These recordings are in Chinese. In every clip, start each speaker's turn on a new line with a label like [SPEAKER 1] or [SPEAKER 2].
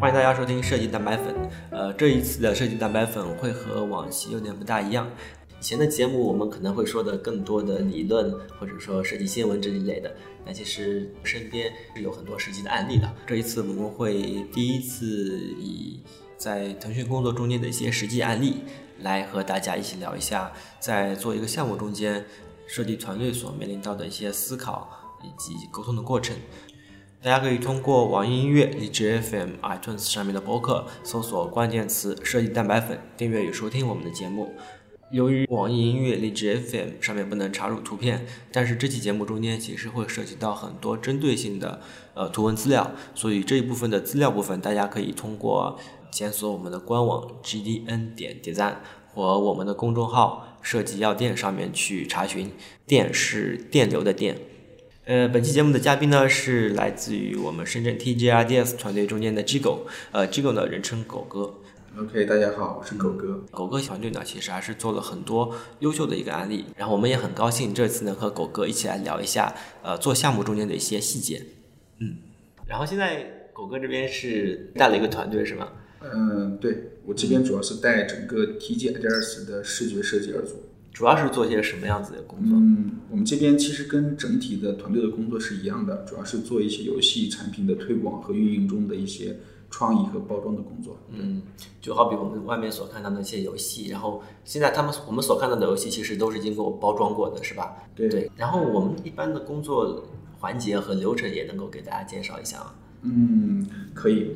[SPEAKER 1] 欢迎大家收听设计蛋白粉。呃，这一次的设计蛋白粉会和往期有点不大一样。以前的节目我们可能会说的更多的理论，或者说设计新闻这一类的，但其实身边是有很多实际的案例的。这一次我们会第一次以在腾讯工作中间的一些实际案例，来和大家一起聊一下，在做一个项目中间，设计团队所面临到的一些思考以及沟通的过程。大家可以通过网易音乐、荔枝 FM、iTunes 上面的播客搜索关键词“设计蛋白粉”，订阅与收听我们的节目。由于网易音乐、荔枝 FM 上面不能插入图片，但是这期节目中间其实会涉及到很多针对性的呃图文资料，所以这一部分的资料部分，大家可以通过检索我们的官网 gdn 点点赞和我们的公众号“设计药店”上面去查询。电是电流的电。呃，本期节目的嘉宾呢是来自于我们深圳 TGRDS 团队中间的 G 狗，呃，G 狗呢人称狗哥。
[SPEAKER 2] OK，大家好，我是狗哥。
[SPEAKER 1] 狗哥团队呢其实还是做了很多优秀的一个案例，然后我们也很高兴这次能和狗哥一起来聊一下，呃，做项目中间的一些细节。嗯，然后现在狗哥这边是带了一个团队是吗？
[SPEAKER 2] 嗯，对我这边主要是带整个 TG IDS 的视觉设计而做。
[SPEAKER 1] 主要是做些什么样子的工作？
[SPEAKER 2] 嗯，我们这边其实跟整体的团队的工作是一样的，主要是做一些游戏产品的推广和运营中的一些创意和包装的工作。
[SPEAKER 1] 嗯，就好比我们外面所看到的那些游戏，然后现在他们我们所看到的游戏其实都是经过包装过的，是吧？
[SPEAKER 2] 对
[SPEAKER 1] 对。然后我们一般的工作环节和流程也能够给大家介绍一下啊吗？
[SPEAKER 2] 嗯，可以，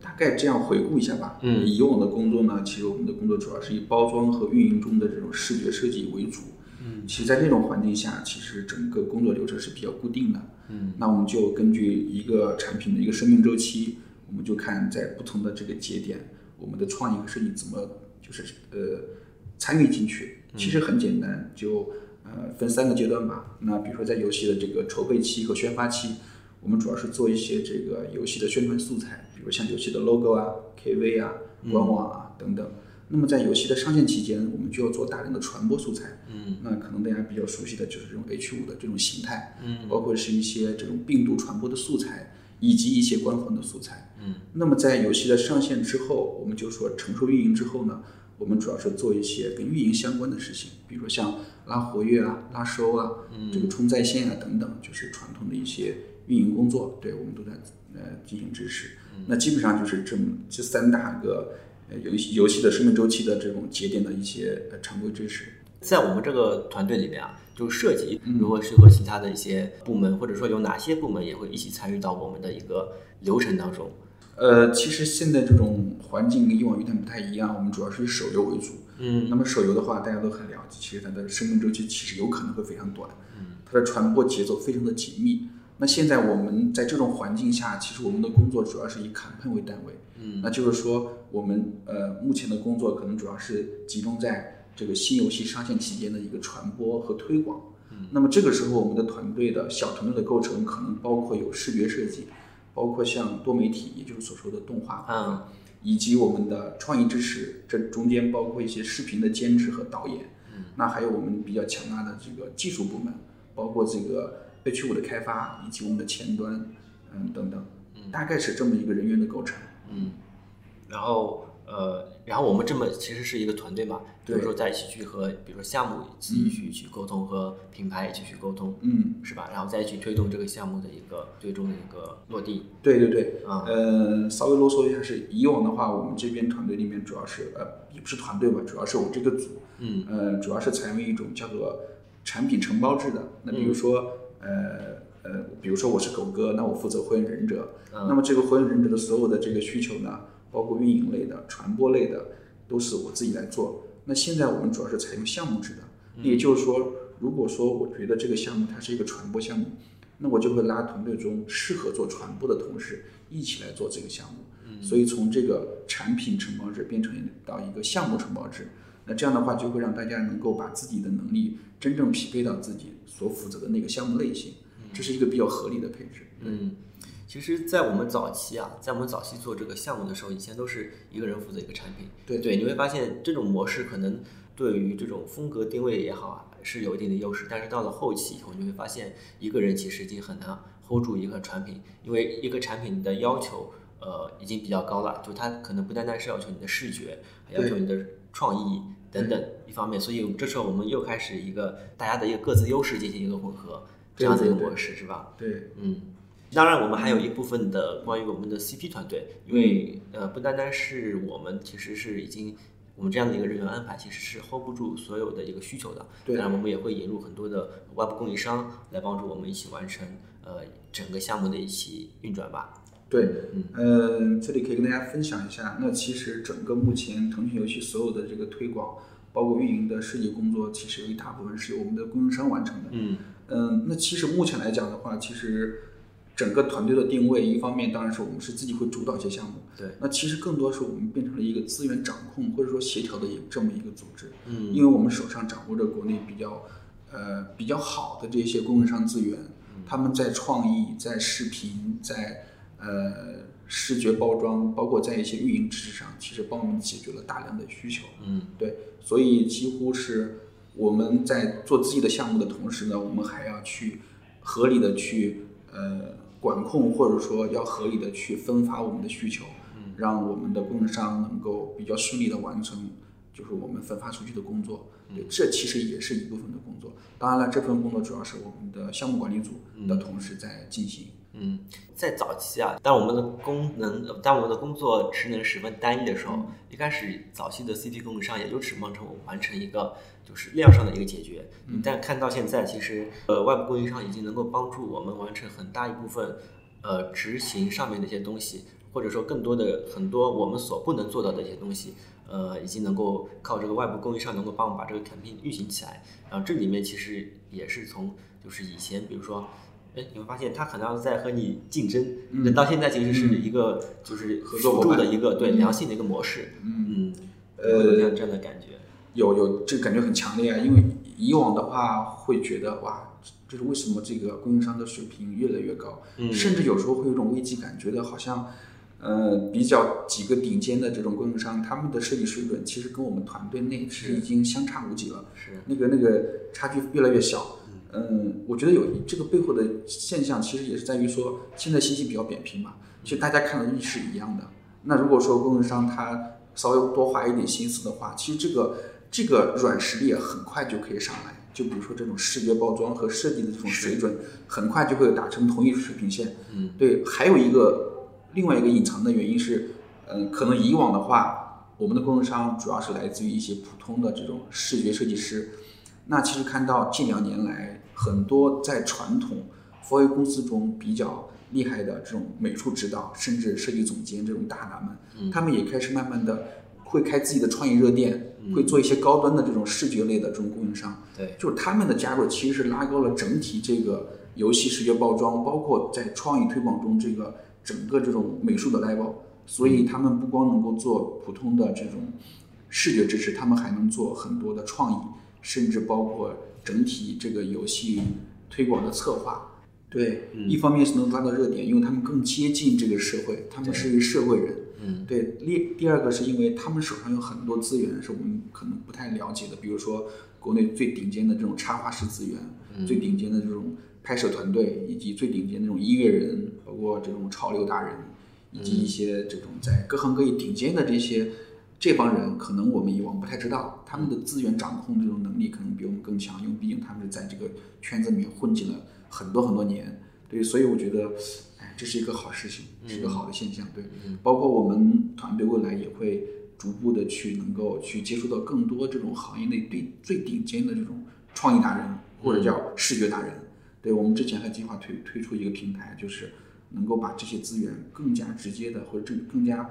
[SPEAKER 2] 大概这样回顾一下吧。
[SPEAKER 1] 嗯
[SPEAKER 2] 以往的工作呢，其实我们的工作主要是以包装和运营中的这种视觉设计为主。
[SPEAKER 1] 嗯，
[SPEAKER 2] 其实，在这种环境下，其实整个工作流程是比较固定的。
[SPEAKER 1] 嗯，
[SPEAKER 2] 那我们就根据一个产品的一个生命周期，我们就看在不同的这个节点，我们的创意和设计怎么就是呃参与进
[SPEAKER 1] 嗯
[SPEAKER 2] 去。其实很简单，就呃分三个阶段吧。那比如说在游戏的这个筹备期和宣发期，我们主要是做一些这个游戏的宣传素材，比如像游戏的 logo 啊、KV 啊、官网啊、等等。那么在游戏的上线期间，我们就要做大量的传播素材。
[SPEAKER 1] 嗯，
[SPEAKER 2] 那可能大家比较熟悉的就是这种 H 5的这种形态，
[SPEAKER 1] 嗯
[SPEAKER 2] 包括是一些这种病毒传播的素材，以及一些官方的素材。
[SPEAKER 1] 嗯，
[SPEAKER 2] 那么在游戏的上线之后，我们就说成熟运营之后呢，我们主要是做一些跟运营相关的事情，比如说像拉活跃啊、拉收啊、
[SPEAKER 1] 嗯
[SPEAKER 2] 这个冲在线啊等等，就是传统的一些运营工作，对我们都在呃进行支持。
[SPEAKER 1] 嗯
[SPEAKER 2] 那基本上就是这么这三大个呃游戏游戏的生命周期的这种节点的一些呃常规支持。
[SPEAKER 1] 在我们这个团队里面啊，就是设计如果是和其他的一些部门，或者说有哪些部门也会一起参与到我们的一个流程当中。
[SPEAKER 2] 呃，其实现在这种环境跟以往有点不太一样，我们主要是以手游为主。
[SPEAKER 1] 嗯
[SPEAKER 2] 那么手游的话，大家都很了解，其实它的生命周期其实有可能会非常短，
[SPEAKER 1] 嗯
[SPEAKER 2] 它的传播节奏非常的紧密。那现在我们在这种环境下，其实我们的工作主要是以 campaign 为单位，
[SPEAKER 1] 嗯
[SPEAKER 2] 那就是说我们呃目前的工作可能主要是集中在这个新游戏上线期间的一个传播和推广。
[SPEAKER 1] 嗯
[SPEAKER 2] 那么这个时候，我们的团队的小团队的构成可能包括有视觉设计，包括像多媒体，也就是所说的动画部分
[SPEAKER 1] 嗯
[SPEAKER 2] 以及我们的创意支持，这中间包括一些视频的监制和导演，
[SPEAKER 1] 嗯
[SPEAKER 2] 那还有我们比较强大的这个技术部门，包括这个 H 5的开发以及我们的前端，嗯等等，大概是这么一个人员的构成。
[SPEAKER 1] 嗯，然后呃，然后我们这么其实是一个团队嘛，比如
[SPEAKER 2] 对
[SPEAKER 1] 说在一起去和比如说项目一起去去沟通，和品牌一起去沟通，
[SPEAKER 2] 嗯，
[SPEAKER 1] 是吧？然后再去推动这个项目的一个最终的一个落地。
[SPEAKER 2] 对对对，
[SPEAKER 1] 啊
[SPEAKER 2] 呃，稍微啰嗦一下是，以往的话，我们这边团队里面主要是呃，也不是团队吧，主要是我这个组，
[SPEAKER 1] 嗯
[SPEAKER 2] 呃，主要是采用一种叫做产品承包制的。那
[SPEAKER 1] 嗯
[SPEAKER 2] 比如说，呃呃，比如说我是狗哥，那我负责火影忍者，
[SPEAKER 1] 嗯
[SPEAKER 2] 那么这个火影忍者的所有的这个需求呢，包括运营类的、传播类的，都是我自己来做。那现在我们主要是采用项目制的，
[SPEAKER 1] 嗯
[SPEAKER 2] 也就是说，如果说我觉得这个项目它是一个传播项目，那我就会拉团队中适合做传播的同事一起来做这个项目。所以从这个产品承包制变成到一个项目承包制，那这样的话就会让大家能够把自己的能力真正匹配到自己所负责的那个项目类型，这是一个比较合理的配置。
[SPEAKER 1] 嗯，其实，在我们早期啊，在我们早期做这个项目的时候，以前都是一个人负责一个产品。
[SPEAKER 2] 对
[SPEAKER 1] 对，你会发现这种模式可能对于这种风格定位也好啊，是有一定的优势。但是到了后期以后，你会发现一个人其实已经很难 hold 住一个产品，因为一个产品的要求呃已经比较高了，就它可能不单单是要求你的视觉，还要求你的创意等等一方面，所以这时候我们又开始一个大家的一个各自优势进行一个混合，这样的一个
[SPEAKER 2] 对对对
[SPEAKER 1] 模式是吧？
[SPEAKER 2] 对，
[SPEAKER 1] 嗯。当然，我们还有一部分的关于我们的 CP 团队，因为呃，不单单是我们，其实是已经我们这样的一个人员安排，其实是 hold 不住所有的一个需求的。
[SPEAKER 2] 对
[SPEAKER 1] 当然，我们也会引入很多的外部供应商来帮助我们一起完成呃整个项目的一起运转吧。
[SPEAKER 2] 对，
[SPEAKER 1] 嗯
[SPEAKER 2] 嗯，这里可以跟大家分享一下。那其实整个目前腾讯游戏所有的这个推广，包括运营的设计工作，其实有一大部分是由我们的供应商完成的。
[SPEAKER 1] 嗯
[SPEAKER 2] 嗯，那其实目前来讲的话，其实整个团队的定位，一方面当然是我们是自己会主导一些项目，
[SPEAKER 1] 对
[SPEAKER 2] 那其实更多是我们变成了一个资源掌控或者说协调的一这么一个组织，
[SPEAKER 1] 嗯
[SPEAKER 2] 因为我们手上掌握着国内比较呃比较好的这些供应商资源，他们在创意、在视频、在呃视觉包装，包括在一些运营知识上，其实帮我们解决了大量的需求。
[SPEAKER 1] 嗯
[SPEAKER 2] 对，所以几乎是我们在做自己的项目的同时呢，我们还要去合理的去呃管控，或者说要合理的去分发我们的需求，让我们的供应商能够比较顺利的完成，就是我们分发出去的工作。对，这其实也是一部分的工作。当然了，这部分工作主要是我们的项目管理组的同事在进行。
[SPEAKER 1] 嗯，在早期啊，当我们的功能，呃当我们的工作职能十分单一的时候，一开始早期的 CP 供应商也就指望着我们完成一个就是量上的一个解决。但看到现在，其实呃，外部供应商已经能够帮助我们完成很大一部分呃执行上面的一些东西，或者说更多的很多我们所不能做到的一些东西。呃，已经能够靠这个外部供应商能够帮我们把这个产品运行起来，然后这里面其实也是从就是以前，比如说，哎，你会发现他可能在和你竞争，
[SPEAKER 2] 嗯
[SPEAKER 1] 人到现在其实是一个就是
[SPEAKER 2] 合作伙
[SPEAKER 1] 辅助
[SPEAKER 2] 伴
[SPEAKER 1] 的一个对
[SPEAKER 2] 嗯
[SPEAKER 1] 良性的一个模式，嗯，
[SPEAKER 2] 呃
[SPEAKER 1] 有这样这样的感觉，
[SPEAKER 2] 有有，这个感觉很强烈啊！因为以往的话会觉得哇，这是为什么这个供应商的水平越来越高，
[SPEAKER 1] 嗯
[SPEAKER 2] 甚至有时候会有一种危机感，觉得好像，呃，比较几个顶尖的这种供应商，他们的设计水准其实跟我们团队内是已经相差无几了，
[SPEAKER 1] 是，
[SPEAKER 2] 那个那个差距越来越小。嗯，我觉得有这个背后的现象，其实也是在于说，现在信息比较扁平嘛，其实大家看的意识一样的。那如果说供应商他稍微多花一点心思的话，其实这个这个软实力很快就可以上来。就比如说这种视觉包装和设计的这种水准，很快就会达成同一水平线。
[SPEAKER 1] 嗯
[SPEAKER 2] 对，还有一个另外一个隐藏的原因是，嗯，可能以往的话，我们的供应商主要是来自于一些普通的这种视觉设计师。那其实看到近两年来，很多在传统 f o 公司中比较厉害的这种美术指导，甚至设计总监这种大拿们，
[SPEAKER 1] 嗯
[SPEAKER 2] 他们也开始慢慢的会开自己的创意热店，
[SPEAKER 1] 嗯
[SPEAKER 2] 会做一些高端的这种视觉类的这种供应商。
[SPEAKER 1] 对，
[SPEAKER 2] 就是他们的加入其实是拉高了整体这个游戏视觉包装，包括在创意推广中这个整个这种美术的 level。所以他们不光能够做普通的这种视觉支持，他们还能做很多的创意，甚至包括整体这个游戏推广的策划。对，一方面是能拉到热点，因为他们更接近这个社会，他们是一个社会人。
[SPEAKER 1] 嗯
[SPEAKER 2] 对，第第二个是因为他们手上有很多资源是我们可能不太了解的，比如说国内最顶尖的这种插画师资源，最顶尖的这种拍摄团队，以及最顶尖的这种音乐人，包括这种潮流达人，以及一些这种在各行各业顶尖的这些这帮人，可能我们以往不太知道，他们的资源掌控这种能力可能比我们更强，因为毕竟他们是在这个圈子里面混进了很多很多年。对，所以我觉得，哎，这是一个好事情，是一个好的现象。对，嗯包括我们团队未来也会逐步的去能够去接触到更多这种行业内最最顶尖的这种创意达人，或者叫视觉达人。对我们之前还计划推推出一个平台，就是能够把这些资源更加直接的或者更更加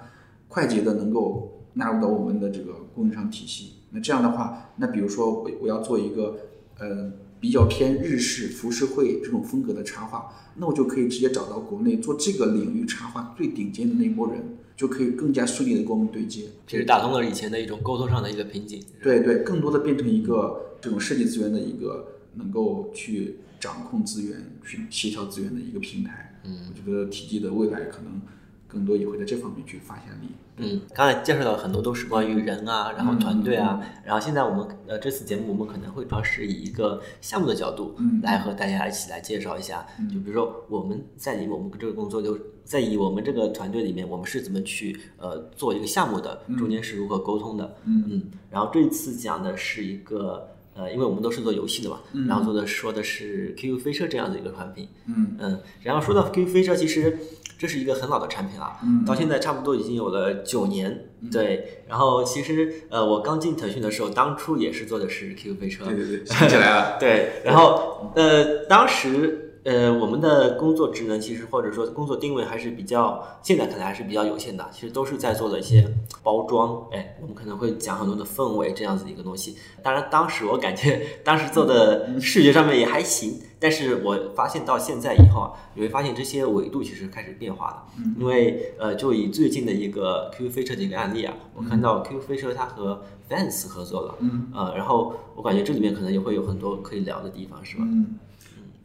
[SPEAKER 2] 快捷的能够纳入到我们的这个供应商体系。那这样的话，那比如说我我要做一个呃比较偏日式浮世绘这种风格的插画，那我就可以直接找到国内做这个领域插画最顶尖的那波人，就可以更加顺利的跟我们对接。
[SPEAKER 1] 这是打通了以前的一种沟通上的一个瓶颈，
[SPEAKER 2] 对对，更多的变成一个这种设计资源的一个能够去掌控资源、去协调资源的一个平台。嗯，我觉得体积的未来可能更多也会在这方面去发现力。
[SPEAKER 1] 嗯，刚才介绍到很多都是关于人啊，然后团队啊，
[SPEAKER 2] 嗯
[SPEAKER 1] 然后现在我们呃这次节目我们可能会主要是以一个项目的角度
[SPEAKER 2] 嗯
[SPEAKER 1] 来和大家一起来介绍一下，
[SPEAKER 2] 嗯
[SPEAKER 1] 就比如说我们在以我们这个工作就在以我们这个团队里面，我们是怎么去呃做一个项目的，中间是如何沟通的，
[SPEAKER 2] 嗯
[SPEAKER 1] 嗯，然后这一次讲的是一个呃，因为我们都是做游戏的嘛，
[SPEAKER 2] 嗯
[SPEAKER 1] 然后做的说的是 QQ 飞车这样的一个产品，
[SPEAKER 2] 嗯
[SPEAKER 1] 嗯，然后说到 QQ 飞车，其实这是一个很老的产品了，
[SPEAKER 2] 嗯
[SPEAKER 1] 到现在差不多已经有了九年，对。然后其实呃，我刚进腾讯的时候，当初也是做的是 QQ 飞车，
[SPEAKER 2] 对 对对，想起来了。
[SPEAKER 1] 对，然后呃，当时呃，我们的工作职能其实或者说工作定位还是比较，现在看来还是比较有限的。其实都是在做的一些包装，哎，我们可能会讲很多的氛围这样子一个东西。当然，当时我感觉当时做的视觉上面也还行，但是我发现到现在以后啊，你会发现这些维度其实开始变化了。因为呃，就以最近的一个 QQ 飞车的一个案例啊，我看到 QQ 飞车它和 Vans 合作了，
[SPEAKER 2] 嗯
[SPEAKER 1] 呃，然后我感觉这里面可能也会有很多可以聊的地方，是吧？
[SPEAKER 2] 嗯，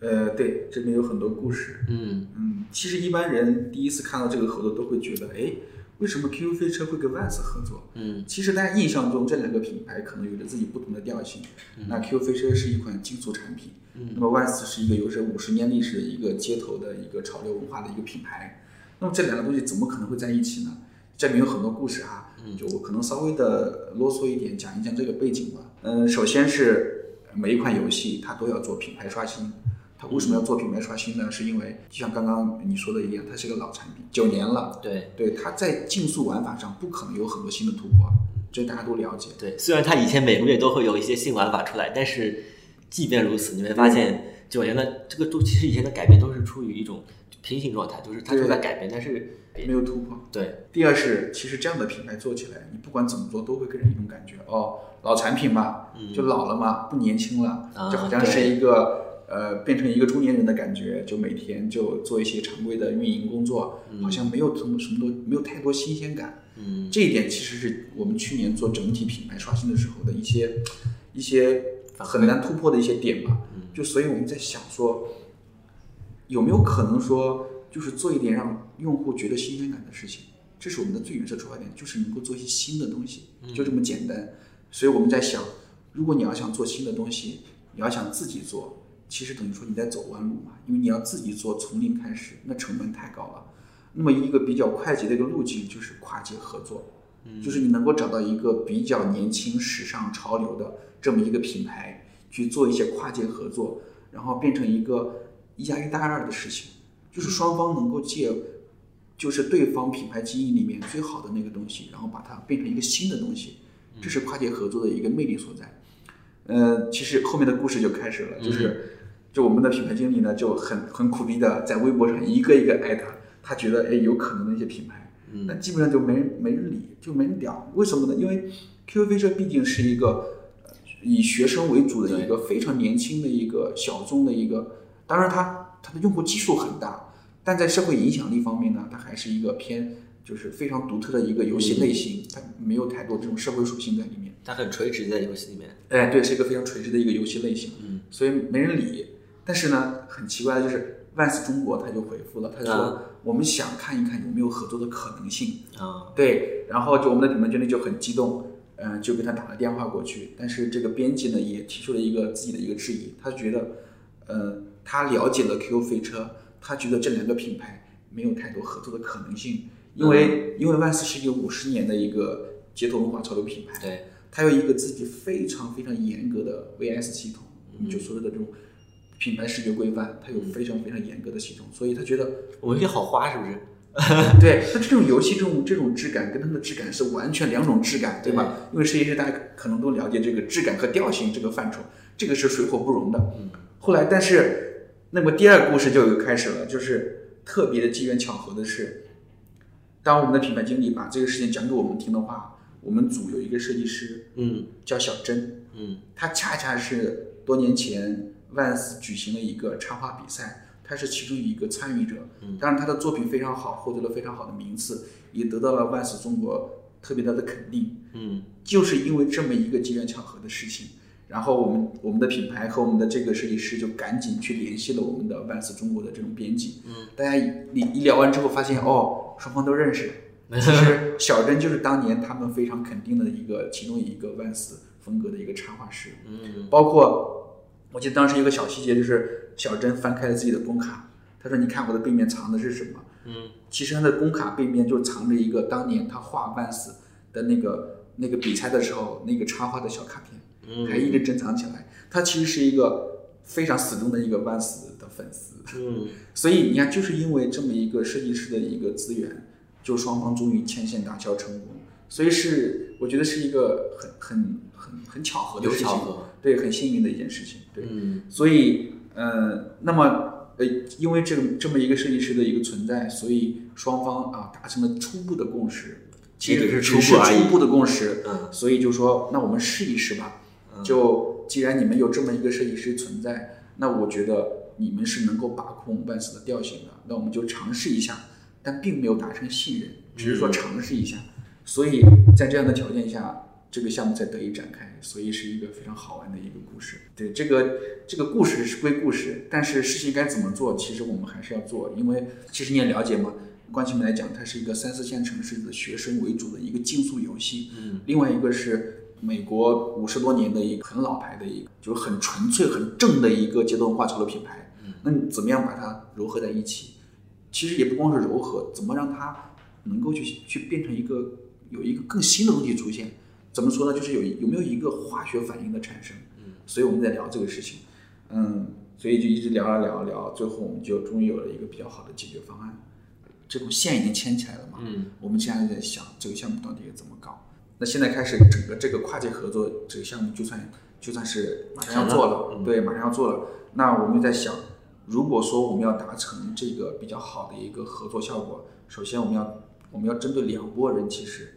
[SPEAKER 2] 呃，对，这边有很多故事。
[SPEAKER 1] 嗯
[SPEAKER 2] 嗯，其实一般人第一次看到这个合作都会觉得，哎，为什么 QQ 飞车会跟 Vans 合作？
[SPEAKER 1] 嗯
[SPEAKER 2] 其实大家印象中这两个品牌可能有着自己不同的调性。那 QQ 飞车是一款金属产品，那
[SPEAKER 1] 嗯
[SPEAKER 2] 么 Vans 是一个有着五十年历史的一个街头的一个潮流文化的一个品牌。那么这两个东西怎么可能会在一起呢？这里面有很多故事哈、
[SPEAKER 1] 嗯
[SPEAKER 2] 就我可能稍微的啰嗦一点，讲一讲这个背景吧。嗯，首先是每一款游戏它都要做品牌刷新。它为什么要做品牌刷新呢？是因为就像刚刚你说的一样，它是个老产品，九年了。
[SPEAKER 1] 对
[SPEAKER 2] 对，它在竞速玩法上不可能有很多新的突破，这大家都了解。
[SPEAKER 1] 对，虽然它以前每个月都会有一些新玩法出来，但是即便如此，你会发现九年的这个都其实以前的改变都是出于一种平行状态，就是它都在改变，但是
[SPEAKER 2] 没有突破。
[SPEAKER 1] 对
[SPEAKER 2] 第二是，其实这样的品牌做起来，你不管怎么做，都会给人一种感觉，哦，老产品嘛，就老了嘛，不年轻了，
[SPEAKER 1] 啊
[SPEAKER 2] 就好像是一个呃，变成一个中年人的感觉，就每天就做一些常规的运营工作，好像没有什么什么都没有太多新鲜感。
[SPEAKER 1] 嗯
[SPEAKER 2] 这一点其实是我们去年做整体品牌刷新的时候的一些一些很难突破的一些点吧。就所以我们在想说，有没有可能说，就是做一点让用户觉得新鲜感的事情，这是我们的最原始出发点，就是能够做一些新的东西，就这么简单。所以我们在想，如果你要想做新的东西，你要想自己做，其实等于说你在走弯路嘛，因为你要自己做，从零开始，那成本太高了。那么一个比较快捷的一个路径就是跨界合作，就是你能够找到一个比较年轻、时尚、潮流的这么一个品牌，去做一些跨界合作，然后变成一个一加一大于二的事情，就是双方能够借，就是对方品牌基因里面最好的那个东西，然后把它变成一个新的东西，这是跨界合作的一个魅力所在。呃，其实后面的故事就开始了，就是就我们的品牌经理呢就很很苦逼的在微博上一个一个艾特，他觉得哎有可能的一些品牌，
[SPEAKER 1] 嗯
[SPEAKER 2] 但基本上就没人没人理，就没人屌。为什么呢？因为 QQ 飞车毕竟是一个呃以学生为主的一个非常年轻的一个小众的一个，当然它它的用户基数很大，但在社会影响力方面呢，它还是一个偏就是非常独特的一个游戏类型，它没有太多这种社会属性在里面。
[SPEAKER 1] 它很垂直在游戏里面，
[SPEAKER 2] 哎，对，是一个非常垂直的一个游戏类型，
[SPEAKER 1] 嗯，
[SPEAKER 2] 所以没人理。但是呢，很奇怪的就是，Vans 中国他就回复了，他说、
[SPEAKER 1] 啊
[SPEAKER 2] 我们想看一看有没有合作的可能性。
[SPEAKER 1] 啊
[SPEAKER 2] 对，然后就我们的品牌经理就很激动，嗯、就给他打了电话过去。但是这个编辑呢，也提出了一个自己的一个质疑，他觉得，呃，他了解了 QQ 飞车，他觉得这两个品牌没有太多合作的可能性，因为、因为万斯是一个五十年的一个街头文化潮流品牌，
[SPEAKER 1] 对，
[SPEAKER 2] 它有一个自己非常非常严格的 VS 系统，我们就所谓的这种品牌视觉规范，它有非常非常严格的系统，所以他觉得
[SPEAKER 1] 我们这好花是不是？
[SPEAKER 2] 对，那这种游戏这种这种质感跟他们的质感是完全两种质感，对吧？因为设计师大家可能都了解这个质感和调性这个范畴，这个是水火不容的。嗯。后来，但是那么第二故事就有开始了，就是特别的机缘巧合的是，当我们的品牌经理把这个事情讲给我们听的话，我们组有一个设计师
[SPEAKER 1] 嗯
[SPEAKER 2] 叫小珍，
[SPEAKER 1] 嗯
[SPEAKER 2] 他恰恰是多年前万斯举行了一个插画比赛，他是其中一个参与者。当然他的作品非常好，获得了非常好的名次，也得到了万斯中国特别大的肯定。
[SPEAKER 1] 嗯
[SPEAKER 2] 就是因为这么一个机缘巧合的事情，然后我们我们的品牌和我们的这个设计师就赶紧去联系了我们的万斯中国的这种编辑。
[SPEAKER 1] 嗯，
[SPEAKER 2] 大家一一一聊完之后发现，哦，双方都认识。其实小珍就是当年他们非常肯定的一个其中一个万斯风格的一个插画师。
[SPEAKER 1] 嗯，
[SPEAKER 2] 包括我记得当时一个小细节，就是小珍翻开了自己的工卡，她说：“你看我的背面藏的是什么？”
[SPEAKER 1] 嗯，
[SPEAKER 2] 其实她的工卡背面就藏着一个当年她画万斯的那个那个比赛的时候那个插画的小卡
[SPEAKER 1] 嗯
[SPEAKER 2] 片，还一直珍藏起来。她其实是一个非常死忠的一个万斯的粉丝，
[SPEAKER 1] 嗯，
[SPEAKER 2] 所以你看，就是因为这么一个设计师的一个资源，就双方终于牵线搭桥成功。所以是，我觉得是一个很很很很巧合的
[SPEAKER 1] 有
[SPEAKER 2] 事情，
[SPEAKER 1] 巧合，
[SPEAKER 2] 对，很幸运的一件事情，对。
[SPEAKER 1] 嗯
[SPEAKER 2] 所以，呃，那么，呃，因为这个这么一个设计师的一个存在，所以双方啊达成了初步的共识，其
[SPEAKER 1] 也
[SPEAKER 2] 实
[SPEAKER 1] 只是
[SPEAKER 2] 只
[SPEAKER 1] 初步而已
[SPEAKER 2] 初步的共识，
[SPEAKER 1] 嗯
[SPEAKER 2] 所以就说，那我们试一试吧。
[SPEAKER 1] 嗯
[SPEAKER 2] 就既然你们有这么一个设计师存在，那我觉得你们是能够把控万斯的调性的，那我们就尝试一下，但并没有达成信任，只是说尝试一下。所以在这样的条件下，这个项目才得以展开，所以是一个非常好玩的一个故事。对，这个这个故事是归故事，但是事情该怎么做，其实我们还是要做，因为其实你也了解嘛，关起门来讲，它是一个三四线城市的学生为主的一个竞速游戏。
[SPEAKER 1] 嗯，
[SPEAKER 2] 另外一个是美国五十多年的一个很老牌的一个，就是很纯粹、很正的一个节奏文化潮流品牌。
[SPEAKER 1] 嗯，
[SPEAKER 2] 那你怎么样把它糅合在一起？其实也不光是柔和，怎么让它能够去去变成一个有一个更新的东西出现？怎么说呢？就是有有没有一个化学反应的产生？
[SPEAKER 1] 嗯，
[SPEAKER 2] 所以我们在聊这个事情，嗯，所以就一直聊啊聊啊聊，最后我们就终于有了一个比较好的解决方案。这种线已经牵起来了嘛，
[SPEAKER 1] 嗯，
[SPEAKER 2] 我们现在在想这个项目到底怎么搞。那现在开始，整个这个跨界合作这个项目就算就算是马上要做了，对，马上要做了。那我们就在想，如果说我们要达成这个比较好的一个合作效果，首先我们要我们要针对两拨人，其实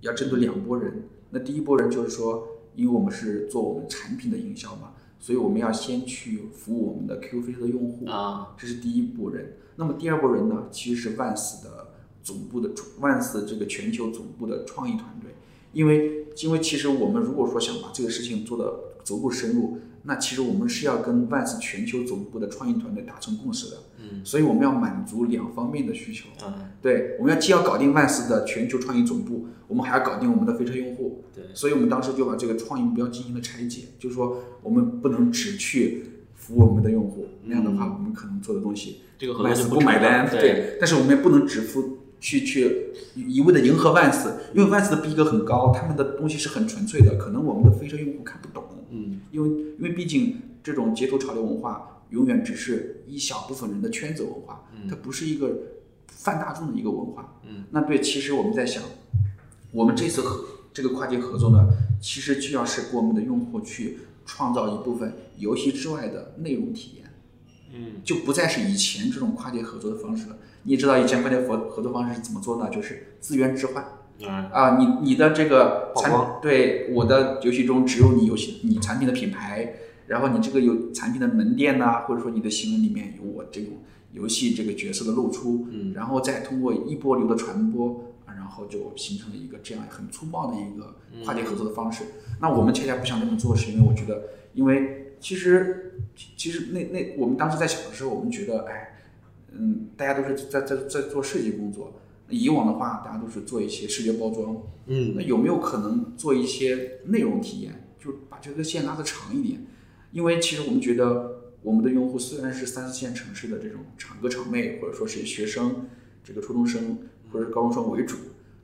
[SPEAKER 2] 要针对两拨人。那第一拨人就是说，因为我们是做我们产品的营销嘛，所以我们要先去服务我们的 QQ 飞车的用户
[SPEAKER 1] 啊，
[SPEAKER 2] 这是第一拨人。那么第二拨人呢，其实是万斯的总部的万斯这个全球总部的创意团队，因为因为其实我们如果说想把这个事情做得足够深入，那其实我们是要跟万斯全球总部的创意团队达成共识的，
[SPEAKER 1] 嗯，
[SPEAKER 2] 所以我们要满足两方面的需求。
[SPEAKER 1] 啊，
[SPEAKER 2] 对，我们要既要搞定万斯的全球创意总部，我们还要搞定我们的飞车用户。
[SPEAKER 1] 对
[SPEAKER 2] 所以我们当时就把这个创意目标进行了拆解，就是说我们不能只去服务我们的用户，那样的话我们可能做的东西
[SPEAKER 1] 嗯这个合作
[SPEAKER 2] 万
[SPEAKER 1] 就
[SPEAKER 2] 斯
[SPEAKER 1] 不
[SPEAKER 2] 不买
[SPEAKER 1] 成了
[SPEAKER 2] 单。
[SPEAKER 1] 对
[SPEAKER 2] 但是我们也不能只服去去一味的迎合万斯，因为万斯的逼格很高，他们的东西是很纯粹的，可能我们的飞车用户看不懂。
[SPEAKER 1] 嗯，
[SPEAKER 2] 因为因为毕竟这种街头潮流文化永远只是一小部分人的圈子文化，它不是一个泛大众的一个文化。
[SPEAKER 1] 嗯，
[SPEAKER 2] 那对，其实我们在想，我们这次合这个跨界合作呢，其实就要是给我们的用户去创造一部分游戏之外的内容体验。
[SPEAKER 1] 嗯，
[SPEAKER 2] 就不再是以前这种跨界合作的方式了。你也知道以前跨界合合作方式是怎么做呢？就是资源置换。
[SPEAKER 1] 啊，
[SPEAKER 2] 啊，你你的这个
[SPEAKER 1] 曝
[SPEAKER 2] 产
[SPEAKER 1] 光
[SPEAKER 2] 对我的游戏中只有你游戏你产品的品牌，然后你这个有产品的门店呐、或者说你的行为里面有我这种游戏这个角色的露出，
[SPEAKER 1] 嗯
[SPEAKER 2] 然后再通过一波流的传播，啊然后就形成了一个这样很粗暴的一个跨界合作的方式。那我们恰恰不想这么做，是因为我觉得，因为其实其实那那我们当时在想的时候，我们觉得，哎，嗯，大家都是在在在做设计工作。以往的话，大家都是做一些视觉包装，
[SPEAKER 1] 嗯
[SPEAKER 2] 那有没有可能做一些内容体验，就是把这个线拉得长一点？因为其实我们觉得我们的用户虽然是三四线城市的这种厂哥厂妹，或者说是学生、这个初中生或者是高中生为主，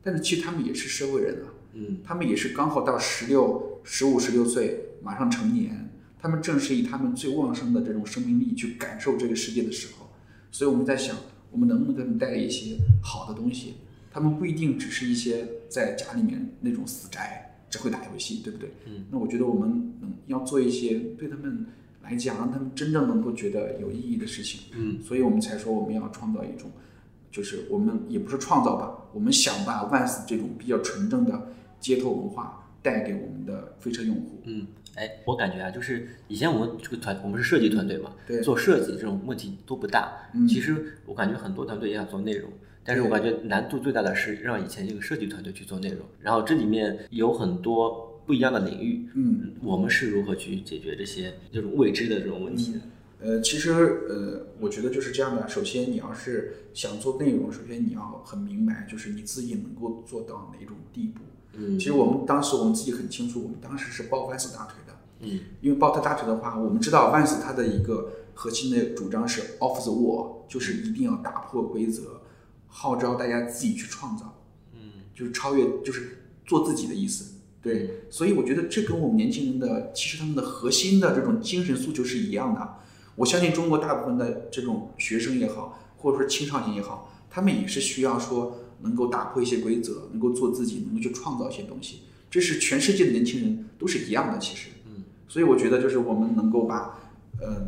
[SPEAKER 2] 但是其实他们也是社会人啊，
[SPEAKER 1] 嗯
[SPEAKER 2] 他们也是刚好到十六、十五、十六岁，马上成年，他们正是以他们最旺盛的这种生命力去感受这个世界的时候，所以我们在想，我们能不能给他们带来一些好的东西？他们不一定只是一些在家里面那种死宅，只会打游戏，对不对？
[SPEAKER 1] 嗯。
[SPEAKER 2] 那我觉得我们能要做一些对他们来讲，让他们真正能够觉得有意义的事情。
[SPEAKER 1] 嗯。
[SPEAKER 2] 所以我们才说我们要创造一种，就是我们也不是创造吧，我们想把万斯这种比较纯正的街头文化带给我们的飞车用户。
[SPEAKER 1] 嗯，哎，我感觉啊，就是以前我们这个团，我们是设计团队嘛，
[SPEAKER 2] 嗯对
[SPEAKER 1] 做设计这种问题都不大。
[SPEAKER 2] 嗯
[SPEAKER 1] 其实我感觉很多团队也想做内容，但是我
[SPEAKER 2] 对
[SPEAKER 1] 感觉难度最大的是让以前这个设计团队去做内容。然后这里面有很多不一样的领域，
[SPEAKER 2] 嗯，
[SPEAKER 1] 我们是如何去解决这些这种未知的这种问题的？
[SPEAKER 2] 呃，其实呃，我觉得就是这样的。首先，你要是想做内容，首先你要很明白，就是你自己能够做到哪种地步。
[SPEAKER 1] 嗯
[SPEAKER 2] 其实我们当时我们自己很清楚，我们当时是抱 Vans 大腿的，
[SPEAKER 1] 嗯
[SPEAKER 2] 因为抱他大腿的话，我们知道 Vans 它的一个核心的主张是 off the wall，就是一定要打破规则，号召大家自己去创造。
[SPEAKER 1] 嗯
[SPEAKER 2] 就是超越，就是做自己的意思。对，所以我觉得这跟我们年轻人的其实他们的核心的这种精神诉求是一样的。我相信中国大部分的这种学生也好，或者说青少年也好，他们也是需要说能够打破一些规则，能够做自己，能够去创造一些东西。这是全世界的年轻人都是一样的，其实。
[SPEAKER 1] 嗯。
[SPEAKER 2] 所以我觉得就是我们能够把，呃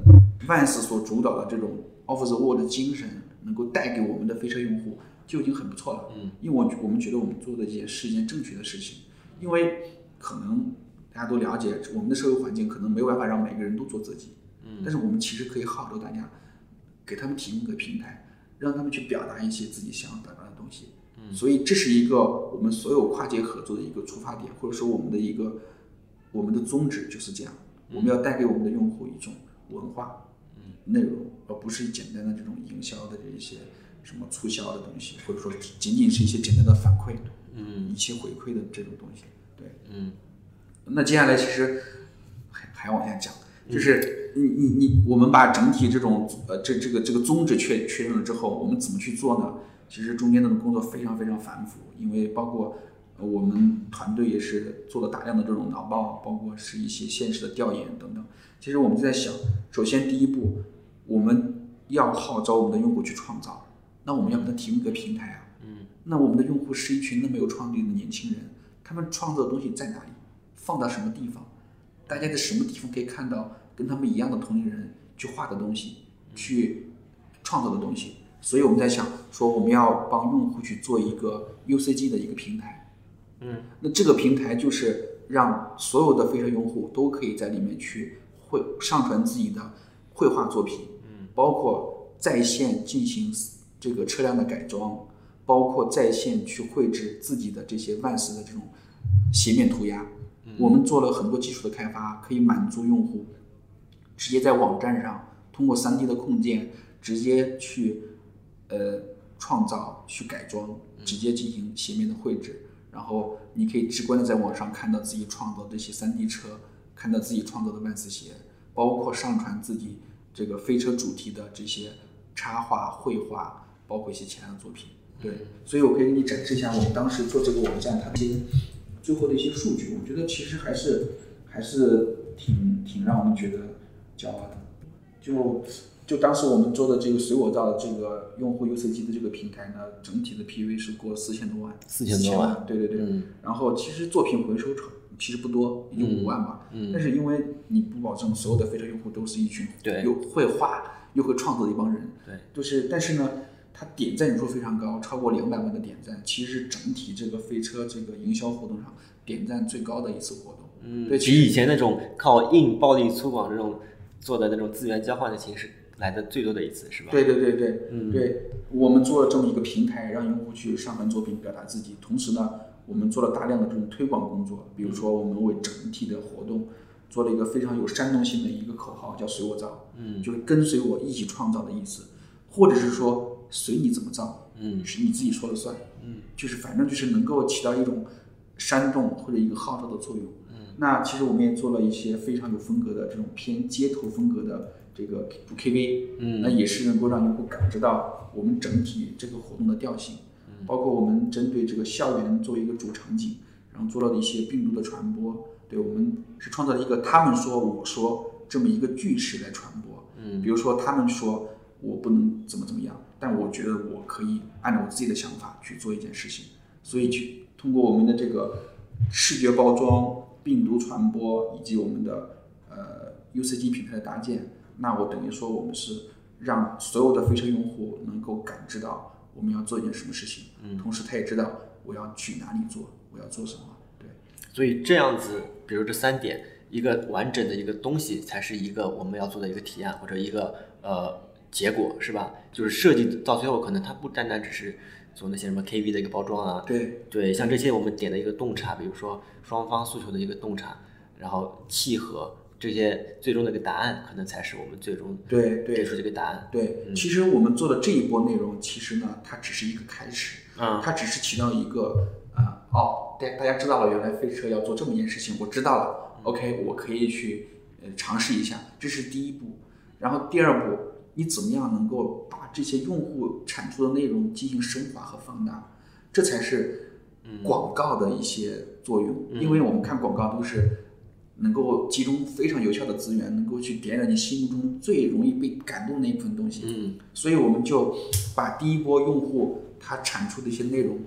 [SPEAKER 2] ，Vans 所主导的这种 Off the Wall 的精神，能够带给我们的飞车用户，就已经很不错了。
[SPEAKER 1] 嗯，
[SPEAKER 2] 因为我我们觉得我们做的这件是一件正确的事情，因为可能大家都了解，我们的社会环境可能没有办法让每个人都做自己，
[SPEAKER 1] 嗯
[SPEAKER 2] 但是我们其实可以号召大家，给他们提供一个平台，让他们去表达一些自己想要表达的东西。
[SPEAKER 1] 嗯
[SPEAKER 2] 所以这是一个我们所有跨界合作的一个出发点，或者说我们的一个我们的宗旨就是这样，
[SPEAKER 1] 嗯
[SPEAKER 2] 我们要带给我们的用户一种文化、内容，而不是简单的这种营销的这一些什么促销的东西，或者说仅仅是一些简单的反馈，
[SPEAKER 1] 嗯
[SPEAKER 2] 一些回馈的这种东西。对，
[SPEAKER 1] 嗯
[SPEAKER 2] 那接下来其实还还往下讲，就是你你你，我们把整体这种呃这这个这个宗旨确确认了之后，我们怎么去做呢？其实中间的工作非常非常繁复，因为包括呃我们团队也是做了大量的这种脑报，包括是一些现实的调研等等。其实我们就在想，首先第一步，我们要号召我们的用户去创造，那我们要给他提供一个平台啊。
[SPEAKER 1] 嗯
[SPEAKER 2] 那我们的用户是一群那么有创造力的年轻人，他们创造的东西在哪里，放到什么地方，大家在什么地方可以看到跟他们一样的同龄人去画的东西，去创造的东西。所以我们在想说，我们要帮用户去做一个 UCG 的一个平台。
[SPEAKER 1] 嗯
[SPEAKER 2] 那这个平台就是让所有的飞车用户都可以在里面去绘上传自己的绘画作品，
[SPEAKER 1] 嗯，
[SPEAKER 2] 包括在线进行这个车辆的改装，包括在线去绘制自己的这些万斯的这种斜面涂鸦。我们做了很多技术的开发，可以满足用户直接在网站上通过 3D 的控件直接去呃创造、去改装，直接进行斜面的绘制，然后你可以直观的在网上看到自己创造的这些 3D 车，看到自己创造的万斯鞋，包括上传自己这个飞车主题的这些插画、绘画，包括一些其他的作品。对，所以我可以给你展示一下我们当时做这个网站它的一些最后的一些数据。我觉得其实还是还是挺挺让我们觉得骄傲的。就就当时我们做的这个水果皂的这个用户 UCG 的这个平台呢，整体的 PV 是过四千多万，
[SPEAKER 1] 4000多万
[SPEAKER 2] 对对对。
[SPEAKER 1] 嗯
[SPEAKER 2] 然后其实作品回收其实不多，也就五万吧。
[SPEAKER 1] 嗯
[SPEAKER 2] 但是因为你不保证所有的非洲用户都是一群
[SPEAKER 1] 对
[SPEAKER 2] 又会画又会创作的一帮人，
[SPEAKER 1] 对，
[SPEAKER 2] 就是但是呢，它点赞人数非常高，超过两百万的点赞，其实是整体这个飞车这个营销活动上点赞最高的一次活动。
[SPEAKER 1] 嗯，
[SPEAKER 2] 对，其
[SPEAKER 1] 比
[SPEAKER 2] 实
[SPEAKER 1] 以前那种靠硬暴力粗犷这种做的那种资源交换的形式来的最多的一次，是吧？，
[SPEAKER 2] 对对对对，
[SPEAKER 1] 嗯
[SPEAKER 2] 对我们做了这么一个平台，让用户去上传作品表达自己，同时呢，我们做了大量的这种推广工作，比如说我们为整体的活动做了一个非常有煽动性的一个口号，叫“随我造”，
[SPEAKER 1] 嗯
[SPEAKER 2] 就是跟随我一起创造的意思，或者是说随你怎么造，
[SPEAKER 1] 嗯
[SPEAKER 2] 是你自己说了算，
[SPEAKER 1] 嗯，
[SPEAKER 2] 就是反正就是能够起到一种煽动或者一个号召的作用。
[SPEAKER 1] 嗯
[SPEAKER 2] 那其实我们也做了一些非常有风格的这种偏街头风格的这个 KTV，
[SPEAKER 1] 嗯
[SPEAKER 2] 那也是能够让用户感知到我们整体这个活动的调性，
[SPEAKER 1] 嗯
[SPEAKER 2] 包括我们针对这个校园作为一个主场景，然后做到的一些病毒的传播，对我们是创造了一个他们说我说这么一个句式来传播，比
[SPEAKER 1] 嗯
[SPEAKER 2] 如说他们说我不能怎么怎么样，但我觉得我可以按照我自己的想法去做一件事情，所以去通过我们的这个视觉包装、病毒传播以及我们的呃 UCG 平台的搭建，那我等于说我们是让所有的飞车用户能够感知到我们要做一件什么事情，
[SPEAKER 1] 嗯
[SPEAKER 2] 同时他也知道我要去哪里做，我要做什么，对。
[SPEAKER 1] 所以这样子，比如这三点，一个完整的一个东西，才是一个我们要做的一个提案或者一个呃结果，是吧？就是设计到最后，可能它不单单只是做那些什么 KV 的一个包装啊，
[SPEAKER 2] 对，
[SPEAKER 1] 对，像这些我们点的一个洞察，比如说双方诉求的一个洞察，然后契合这些最终的一个答案，可能才是我们最终
[SPEAKER 2] 对
[SPEAKER 1] 给
[SPEAKER 2] 对
[SPEAKER 1] 出这个答案。
[SPEAKER 2] 对，其实我们做的这一波内容，其实呢，它只是一个开始，
[SPEAKER 1] 嗯
[SPEAKER 2] 它只是起到一个啊、呃哦，大大家知道了，原来飞车要做这么一件事情，我知道了，OK，我可以去呃尝试一下，这是第一步。然后第二步，你怎么样能够把这些用户产出的内容进行升华和放大？这才是广告的一些作用，因为我们看广告都是能够集中非常有效的资源，能够去点燃你心目中最容易被感动的那一部分东西。
[SPEAKER 1] 嗯
[SPEAKER 2] 所以我们就把第一波用户他产出的一些内容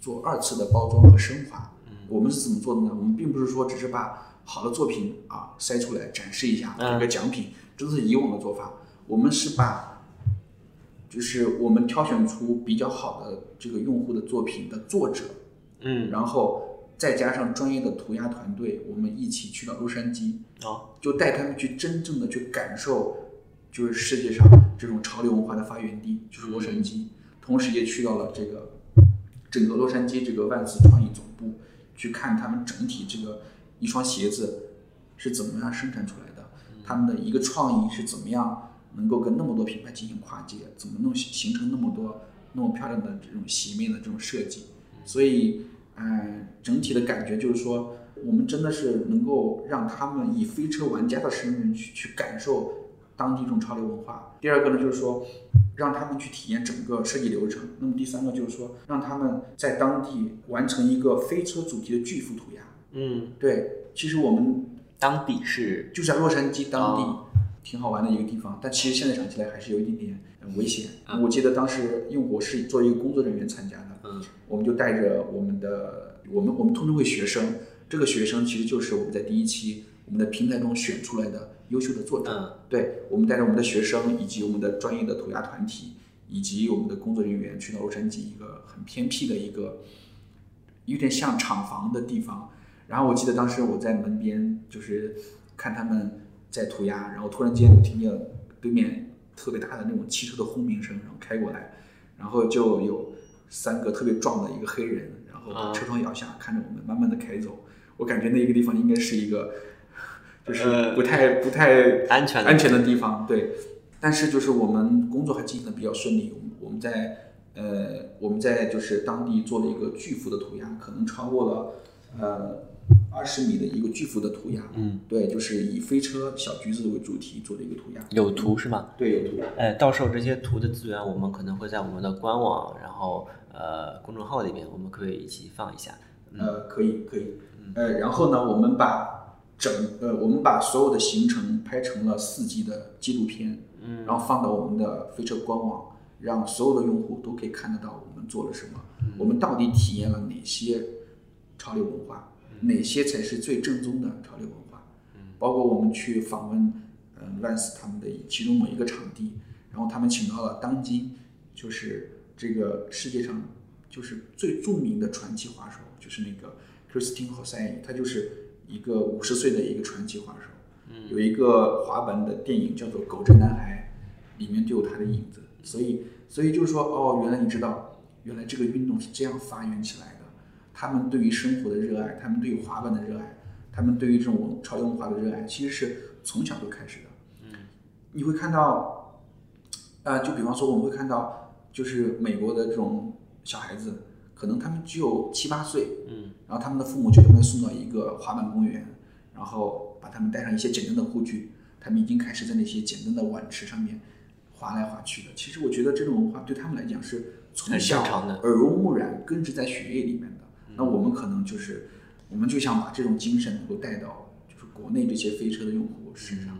[SPEAKER 2] 做二次的包装和升华。我们是怎么做的呢？我们并不是说只是把好的作品啊筛出来展示一下，
[SPEAKER 1] 嗯
[SPEAKER 2] 给个奖品，这都是以往的做法。我们是把，就是我们挑选出比较好的这个用户的作品的作者，
[SPEAKER 1] 嗯，
[SPEAKER 2] 然后再加上专业的涂鸦团队，我们一起去到洛杉矶，
[SPEAKER 1] 哦，
[SPEAKER 2] 就带他们去真正的去感受，就是世界上这种潮流文化的发源地，就是洛杉矶。同时也去到了这个整个洛杉矶这个万斯创意总部，去看他们整体这个一双鞋子是怎么样生产出来的，他们的一个创意是怎么样能够跟那么多品牌进行跨界，怎么弄形成那么多那么漂亮的这种鞋面的这种设计。所以，嗯，整体的感觉就是说，我们真的是能够让他们以飞车玩家的身份去去感受当地这种潮流文化。第二个呢，就是说让他们去体验整个设计流程。那么第三个就是说，让他们在当地完成一个飞车主题的巨幅涂鸦。
[SPEAKER 1] 嗯，
[SPEAKER 2] 对，其实我们
[SPEAKER 1] 当地是
[SPEAKER 2] 就在洛杉矶当地。挺好玩的一个地方，但其实现在想起来还是有一点点呃危险。我记得当时，因为我是作为一个工作人员参加的，
[SPEAKER 1] 嗯
[SPEAKER 2] 我们就带着我们的我们我们通常会学生，这个学生其实就是我们在第一期我们的平台中选出来的优秀的作者。
[SPEAKER 1] 嗯
[SPEAKER 2] 对，我们带着我们的学生以及我们的专业的涂鸦团体以及我们的工作人员去到洛杉矶一个很偏僻的一个有点像厂房的地方。然后我记得当时我在门边就是看他们在涂鸦，然后突然间我听见对面特别大的那种汽车的轰鸣声，然后开过来，然后就有三个特别壮的一个黑人，然后把车窗摇下，看着我们慢慢的开走。我感觉那个地方应该是一个，就是
[SPEAKER 1] 呃
[SPEAKER 2] 不太、不太
[SPEAKER 1] 安全的
[SPEAKER 2] 安全的地方，对。但是就是我们工作还进行的比较顺利，我们我们在呃我们在就是当地做了一个巨幅的涂鸦，可能超过了呃二十米的一个巨幅的涂鸦，
[SPEAKER 1] 嗯，
[SPEAKER 2] 对，就是以飞车小橘子为主题做的一个涂鸦，
[SPEAKER 1] 有图是吗？
[SPEAKER 2] 对，有涂鸦，
[SPEAKER 1] 哎，到时候这些图的资源，我们可能会在我们的官网，然后呃公众号里面，我们可以一起放一下。
[SPEAKER 2] 呃，可以可以，呃，然后呢，我们把整呃我们把所有的行程拍成了四季的纪录片，
[SPEAKER 1] 嗯
[SPEAKER 2] 然后放到我们的飞车官网，让所有的用户都可以看得到我们做了什么，我们到底体验了哪些潮流文化，哪些才是最正宗的潮流文化，包括我们去访问嗯万斯他们的其中某一个场地，然后他们请到了当今就是这个世界上就是最著名的传奇滑手，就是那个 Christine h o s e i 她就是一个五十岁的一个传奇滑手。有一个滑板的电影叫做《狗真男孩》，里面就有他的影子。所以，所以就是说，哦，原来你知道，原来这个运动是这样发源起来的。他们对于生活的热爱，他们对于滑板的热爱，他们对于这种文潮流文化的热爱，其实是从小就开始的。你会看到，呃，就比方说我们会看到，就是美国的这种小孩子，可能他们只有七八岁，
[SPEAKER 1] 嗯，
[SPEAKER 2] 然后他们的父母就把他们送到一个滑板公园，然后把他们带上一些简单的护具，他们已经开始在那些简单的碗池上面滑来滑去的。其实我觉得这种文化对他们来讲是从
[SPEAKER 1] 很
[SPEAKER 2] 小
[SPEAKER 1] 正常的嗯
[SPEAKER 2] 耳濡目染，根植在血液里面的。那我们可能就是，我们就想把这种精神能够带到就是国内这些飞车的用户身上。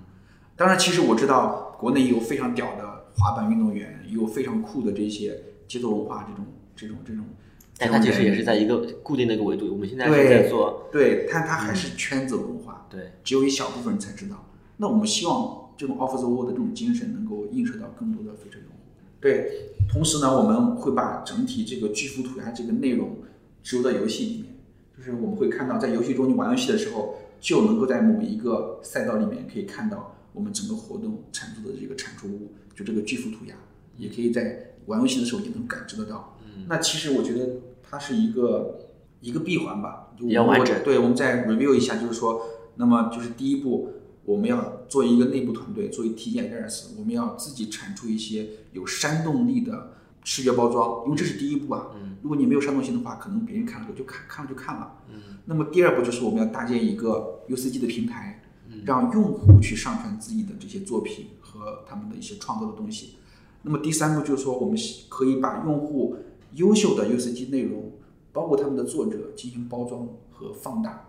[SPEAKER 2] 当然，其实我知道国内也有非常屌的滑板运动员，也有非常酷的这些街头文化这种这种这种。这
[SPEAKER 1] 但
[SPEAKER 2] 种
[SPEAKER 1] 它其实也
[SPEAKER 2] 人
[SPEAKER 1] 是在一个固定的一个维度，我们现在是
[SPEAKER 2] 对
[SPEAKER 1] 在做
[SPEAKER 2] 对，但它还是圈子文化，
[SPEAKER 1] 对，
[SPEAKER 2] 只有一小部分人才知道。那我们希望这种 off the wall 的这种精神能够映射到更多的非洲用户。对，同时呢，我们会把整体这个巨幅涂啊鸦这个内容植入到游戏里面，就是我们会看到在游戏中你玩游戏的时候，就能够在某一个赛道里面可以看到我们整个活动产出的这个产出物，就这个巨幅涂鸦，也可以在玩游戏的时候也能感知得到。
[SPEAKER 1] 嗯
[SPEAKER 2] 那其实我觉得它是一个一个闭环吧，就
[SPEAKER 1] 比较
[SPEAKER 2] 我
[SPEAKER 1] 完整
[SPEAKER 2] 对，我们再 review 一下，就是说，那么就是第一步，我们要做一个内部团队，做一 T E I S，我们要自己产出一些有煽动力的视觉包装，因为这是第一步啊。
[SPEAKER 1] 嗯
[SPEAKER 2] 如果你没有煽动性的话，可能别人看了就看看了就看了。
[SPEAKER 1] 嗯
[SPEAKER 2] 那么第二步就是我们要搭建一个 UCG 的平台，
[SPEAKER 1] 嗯
[SPEAKER 2] 让用户去上传自己的这些作品和他们的一些创作的东西。那么第三步就是说，我们可以把用户优秀的 UCG 内容，包括他们的作者进行包装和放大，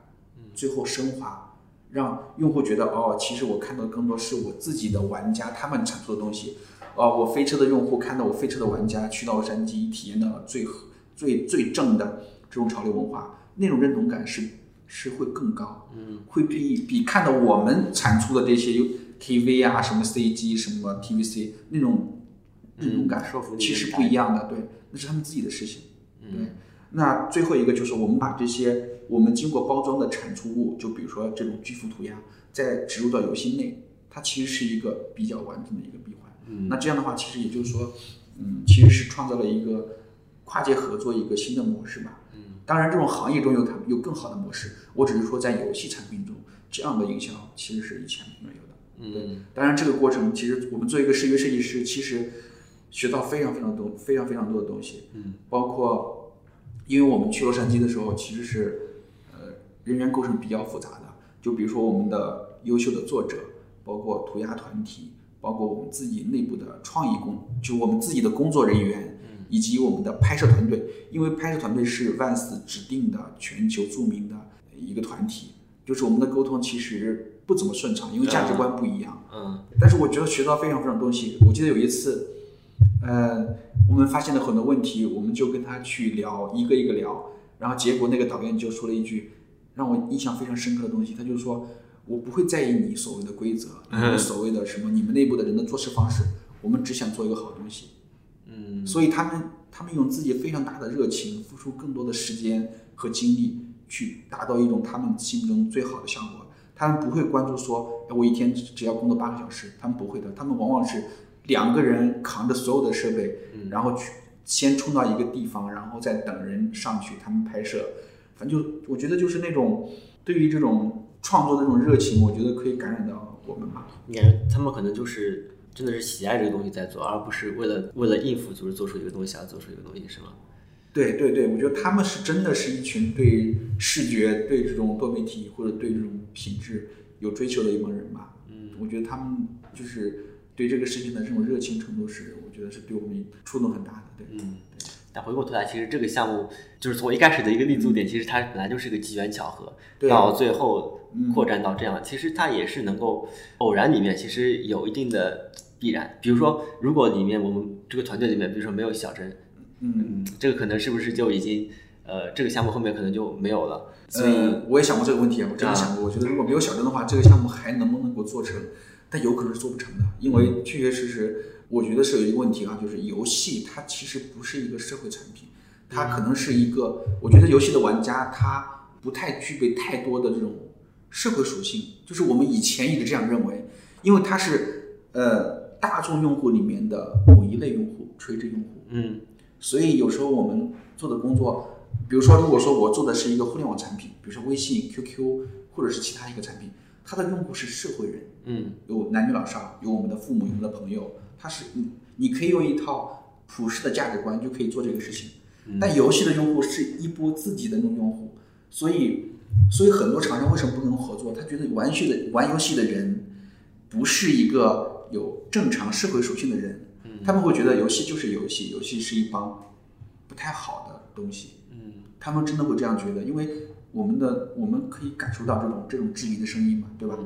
[SPEAKER 2] 最后升华，让用户觉得哦，其实我看到的更多是我自己的玩家他们产出的东西。哦，我飞车的用户看到我飞车的玩家去到洛杉矶，体验到了最合最最正的这种潮流文化，那种认同感是是会更高，
[SPEAKER 1] 嗯，
[SPEAKER 2] 会比比看到我们产出的这些 KV 啊、什么 CG、什么 TVC 那种认同感
[SPEAKER 1] 嗯说服力
[SPEAKER 2] 其实
[SPEAKER 1] 更
[SPEAKER 2] 不
[SPEAKER 1] 大
[SPEAKER 2] 一样的，对，那是他们自己的事情。对
[SPEAKER 1] 嗯，
[SPEAKER 2] 那最后一个就是我们把这些我们经过包装的产出物，就比如说这种巨幅涂鸦，再植入到游戏内，它其实是一个比较完整的一个闭环。
[SPEAKER 1] 嗯
[SPEAKER 2] 那这样的话，其实也就是说，嗯，其实是创造了一个跨界合作一个新的模式吧。
[SPEAKER 1] 嗯，
[SPEAKER 2] 当然，这种行业中有它有更好的模式，我只是说在游戏产品中，这样的营销其实是以前没有的。
[SPEAKER 1] 嗯
[SPEAKER 2] 当然，这个过程其实我们作为一个视觉设计师，其实学到非常非常多、非常非常多的东西。
[SPEAKER 1] 嗯，
[SPEAKER 2] 包括因为我们去洛杉矶的时候，其实是呃人员构成比较复杂的，就比如说我们的优秀的作者，包括涂鸦团体，包括我们自己内部的创意工，就我们自己的工作人员。以及我们的拍摄团队，因为拍摄团队是万斯指定的全球著名的一个团体，就是我们的沟通其实不怎么顺畅，因为价值观不一样。
[SPEAKER 1] 嗯
[SPEAKER 2] 但是我觉得学到非常非常多东西。我记得有一次，呃，我们发现了很多问题，我们就跟他去聊，一个一个聊，然后结果那个导演就说了一句让我印象非常深刻的东西，他就说：“我不会在意你所谓的规则，你
[SPEAKER 1] 嗯
[SPEAKER 2] 们所谓的什么，你们内部的人的做事方式，我们只想做一个好东西。”
[SPEAKER 1] 嗯
[SPEAKER 2] 所以他们他们用自己非常大的热情，付出更多的时间和精力，去达到一种他们心目中最好的效果。他们不会关注说，哎，我一天只只要工作八个小时，他们不会的。他们往往是两个人扛着所有的设备，然后去先冲到一个地方，然后再等人上去，他们拍摄。反正就我觉得就是那种对于这种创作的这种热情，我觉得可以感染到我们吧。
[SPEAKER 1] 你感觉他们可能就是真的是喜爱这个东西在做，而不是为了为了应付组织做出一个东西而做出一个东西，是吗？
[SPEAKER 2] 对对对，我觉得他们是真的是一群对视觉、对这种多媒体或者对这种品质有追求的一帮人吧。
[SPEAKER 1] 嗯，
[SPEAKER 2] 我觉得他们就是对这个事情的这种热情程度是，我觉得是对我们触动很大的。对，
[SPEAKER 1] 嗯，但回过头来，其实这个项目就是从一开始的一个立足点，其实它本来就是一个机缘巧合，
[SPEAKER 2] 嗯对
[SPEAKER 1] 到最后
[SPEAKER 2] 嗯
[SPEAKER 1] 扩展到这样，其实它也是能够偶然里面其实有一定的必然。比如说，如果里面我们这个团队里面，比如说没有小陈，
[SPEAKER 2] 嗯，
[SPEAKER 1] 嗯，这个可能是不是就已经呃这个项目后面可能就没有了？所以，
[SPEAKER 2] 呃，我也想过这个问题啊，我真的
[SPEAKER 1] 啊
[SPEAKER 2] 想过，我觉得如果没有小郑的话，这个项目还能不能够做成？但有可能是做不成的，因为确确实实，我觉得是有一个问题啊，就是游戏它其实不是一个社会产品，它可能是一个，我觉得游戏的玩家他不太具备太多的这种社会属性，就是我们以前一直这样认为，因为它是呃大众用户里面的某一类用户，垂直用户，
[SPEAKER 1] 嗯
[SPEAKER 2] 所以有时候我们做的工作，比如说，如果说我做的是一个互联网产品，比如说微信、QQ 或者是其他一个产品，它的用户是社会人，
[SPEAKER 1] 嗯
[SPEAKER 2] 有男女老少，有我们的父母，有我们的朋友，他是你，你可以用一套普世的价值观就可以做这个事情。但游戏的用户是一波自己的那种用户，所以，所以很多厂商为什么不能合作？他觉得玩游的玩游戏的人不是一个有正常社会属性的人，他们会觉得游戏就是游戏，游戏是一帮不太好的东西。
[SPEAKER 1] 嗯
[SPEAKER 2] 他们真的会这样觉得，因为我们的我们可以感受到这种这种质疑的声音嘛，对吧？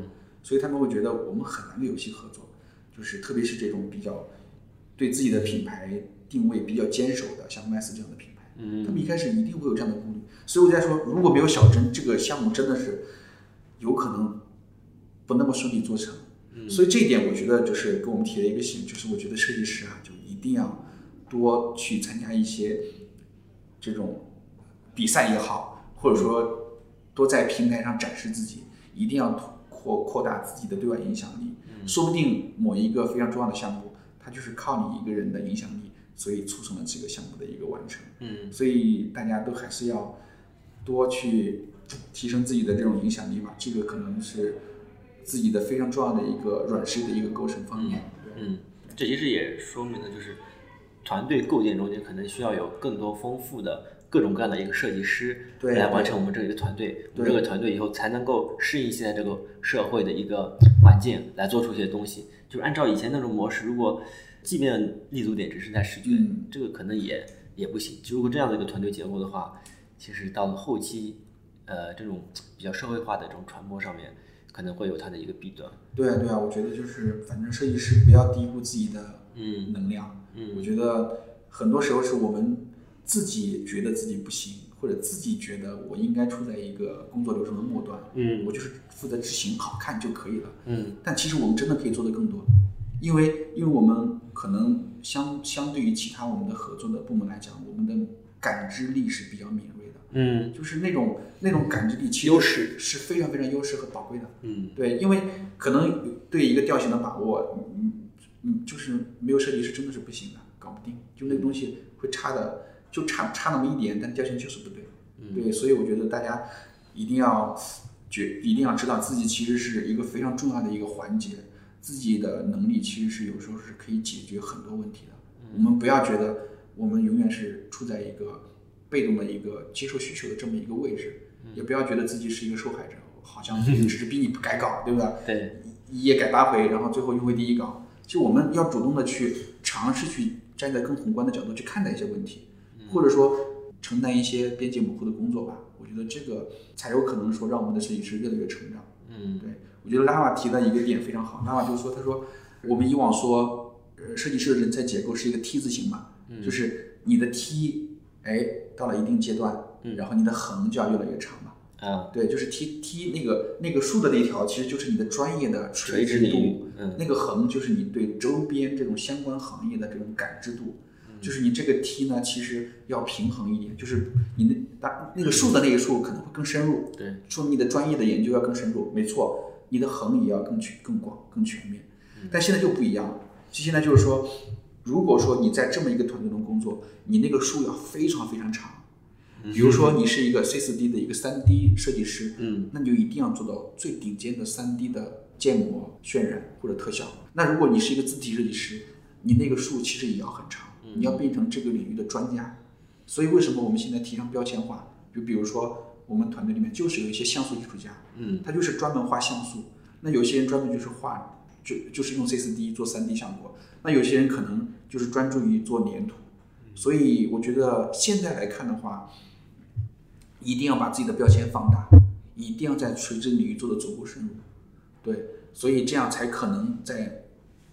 [SPEAKER 2] 所以他们会觉得我们很难跟游戏合作，就是特别是这种比较对自己的品牌定位比较坚守的，像 Mass 这样的品牌，他
[SPEAKER 1] 嗯
[SPEAKER 2] 们一开始一定会有这样的顾虑。所以我在说，如果没有小珍这个项目，真的是有可能不那么顺利做成。所以这一点，我觉得就是给我们提了一个醒，就是我觉得设计师啊，就一定要多去参加一些这种比赛也好，或者说多在平台上展示自己，一定要拓扩扩大自己的对外
[SPEAKER 1] 嗯
[SPEAKER 2] 影响力。说不定某一个非常重要的项目，它就是靠你一个人的影响力，所以促成了这个项目的一个完成。
[SPEAKER 1] 嗯
[SPEAKER 2] 所以大家都还是要多去提升自己的这种影响力吧，这个可能是自己的非常重要的一个软实力的一个构成方面。
[SPEAKER 1] 嗯，这其实也说明了，就是团队构建中间可能需要有更多丰富的各种各样的一个设计师
[SPEAKER 2] 对
[SPEAKER 1] 来完成我们这里的团队，我们
[SPEAKER 2] 对
[SPEAKER 1] 这个团队以后才能够适应现在这个社会的一个环境来做出一些东西。就是按照以前那种模式，如果即便立足点只是在视觉，
[SPEAKER 2] 嗯
[SPEAKER 1] 这个可能也也不行。如果这样的一个团队结构的话，其实到了后期，呃，这种比较社会化的这种传播上面，可能会有它的一个弊端。
[SPEAKER 2] 对啊，对啊，我觉得就是反正设计师不要低估自己的
[SPEAKER 1] 嗯
[SPEAKER 2] 能量。
[SPEAKER 1] 嗯
[SPEAKER 2] 我觉得很多时候是我们自己觉得自己不行，或者自己觉得我应该处在一个工作流程的末端，
[SPEAKER 1] 嗯
[SPEAKER 2] 我就是负责执行好看就可以了。
[SPEAKER 1] 嗯
[SPEAKER 2] 但其实我们真的可以做得更多，因为因为我们可能相相对于其他我们的合作的部门来讲，我们的感知力是比较敏锐的，
[SPEAKER 1] 嗯
[SPEAKER 2] 就是那种那种感知力其实
[SPEAKER 1] 优势
[SPEAKER 2] 是非常非常优势和宝贵的。
[SPEAKER 1] 嗯
[SPEAKER 2] 对，因为可能对一个调性的把握，嗯嗯，就是没有设计是真的是不行的，搞不定，就那个东西会差的，就差差那么一点，但调性就是不对。对，所以我觉得大家一定要觉，一定要知道自己其实是一个非常重要的一个环节，自己的能力其实是有时候是可以解决很多问题的。我们不要觉得我们永远是处在一个被动的一个接受需求的这么一个位置，也不要觉得自己是一个受害者，好像只是逼你不改稿，对不对？
[SPEAKER 1] 对，
[SPEAKER 2] 一页改八回，然后最后优惠第一稿。就我们要主动的去尝试去站在更宏观的角度去看待一些问题，或者说承担一些边界模糊的工作吧。我觉得这个才有可能说让我们的设计师越来越成长。
[SPEAKER 1] 嗯
[SPEAKER 2] 对，我觉得拉瓦提的一个点非常好，拉瓦就是说，他说我们以往说，呃，设计师的人才结构是一个 T 字形嘛，就是你的 T，哎，到了一定阶段，
[SPEAKER 1] 嗯
[SPEAKER 2] 然后你的横就要越来越长嘛。
[SPEAKER 1] 啊，
[SPEAKER 2] 对，就是 T T 那个那个竖的那条，其实就是你的专业的垂
[SPEAKER 1] 垂直
[SPEAKER 2] 直
[SPEAKER 1] 领
[SPEAKER 2] 度
[SPEAKER 1] 域，，嗯
[SPEAKER 2] 那个横就是你对周边这种相关行业的这种感知度，就是你这个 T 呢，其实要平衡一点，就是你那那那个树的那一树可能会更深入，
[SPEAKER 1] 对，
[SPEAKER 2] 说明你的专业的研究要更深入，没错，你的横也要更全、更广、更全面。但现在就不一样了，就现在就是说，如果说你在这么一个团队中工作，你那个树要非常非常长。比如说你是一个 C 4 D 的一个3 D 设计师，
[SPEAKER 1] 嗯
[SPEAKER 2] 那你就一定要做到最顶尖的3 D 的建模、渲染或者特效。那如果你是一个字体设计师，你那个树其实也要很长，
[SPEAKER 1] 嗯
[SPEAKER 2] 你要变成这个领域的专家。所以为什么我们现在提倡标签化？就比如说我们团队里面就是有一些像素艺术家，
[SPEAKER 1] 嗯
[SPEAKER 2] 他就是专门画像素。那有些人专门就是画，就就是用 C 4 D 做3 D 效果。那有些人可能就是专注于做粘土。
[SPEAKER 1] 嗯
[SPEAKER 2] 所以我觉得现在来看的话，一定要把自己的标签放大，一定要在垂直领域做的足够深入。对，所以这样才可能在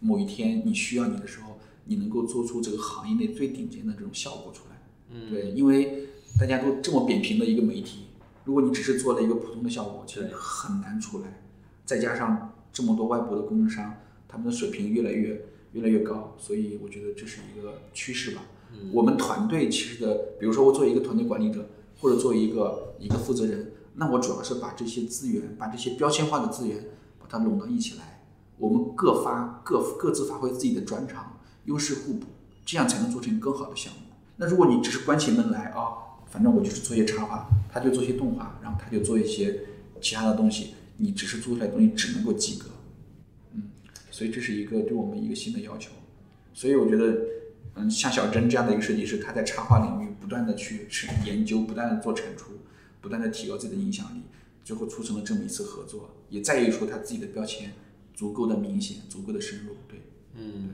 [SPEAKER 2] 某一天你需要你的时候，你能够做出这个行业内最顶尖的这种效果出来。对，因为大家都这么扁平的一个媒体，如果你只是做了一个普通的效果，其实
[SPEAKER 1] 对
[SPEAKER 2] 很难出来。再加上这么多外部的供应商，他们的水平越来越越来越高，所以我觉得这是一个趋势吧。我们团队其实的，比如说我作为一个团队管理者，或者作为一个一个负责人，那我主要是把这些资源，把这些标签化的资源，把它拢到一起来，我们各发各各自发挥自己的专长，优势互补，这样才能做成更好的项目。那如果你只是关起门来啊、反正我就是做一些插画，他就做一些动画，然后他就做一些其他的东西，你只是做出来的东西只能够及格，嗯，所以这是一个对我们一个新的要求。所以我觉得，嗯，像小珍这样的一个设计师，他在插画领域不断的去去研究，不断的做产出，不断的提高自己的影响力，最后促成了这么一次合作，也在于说他自己的标签足够的明显，足够的深入。对，
[SPEAKER 1] 嗯，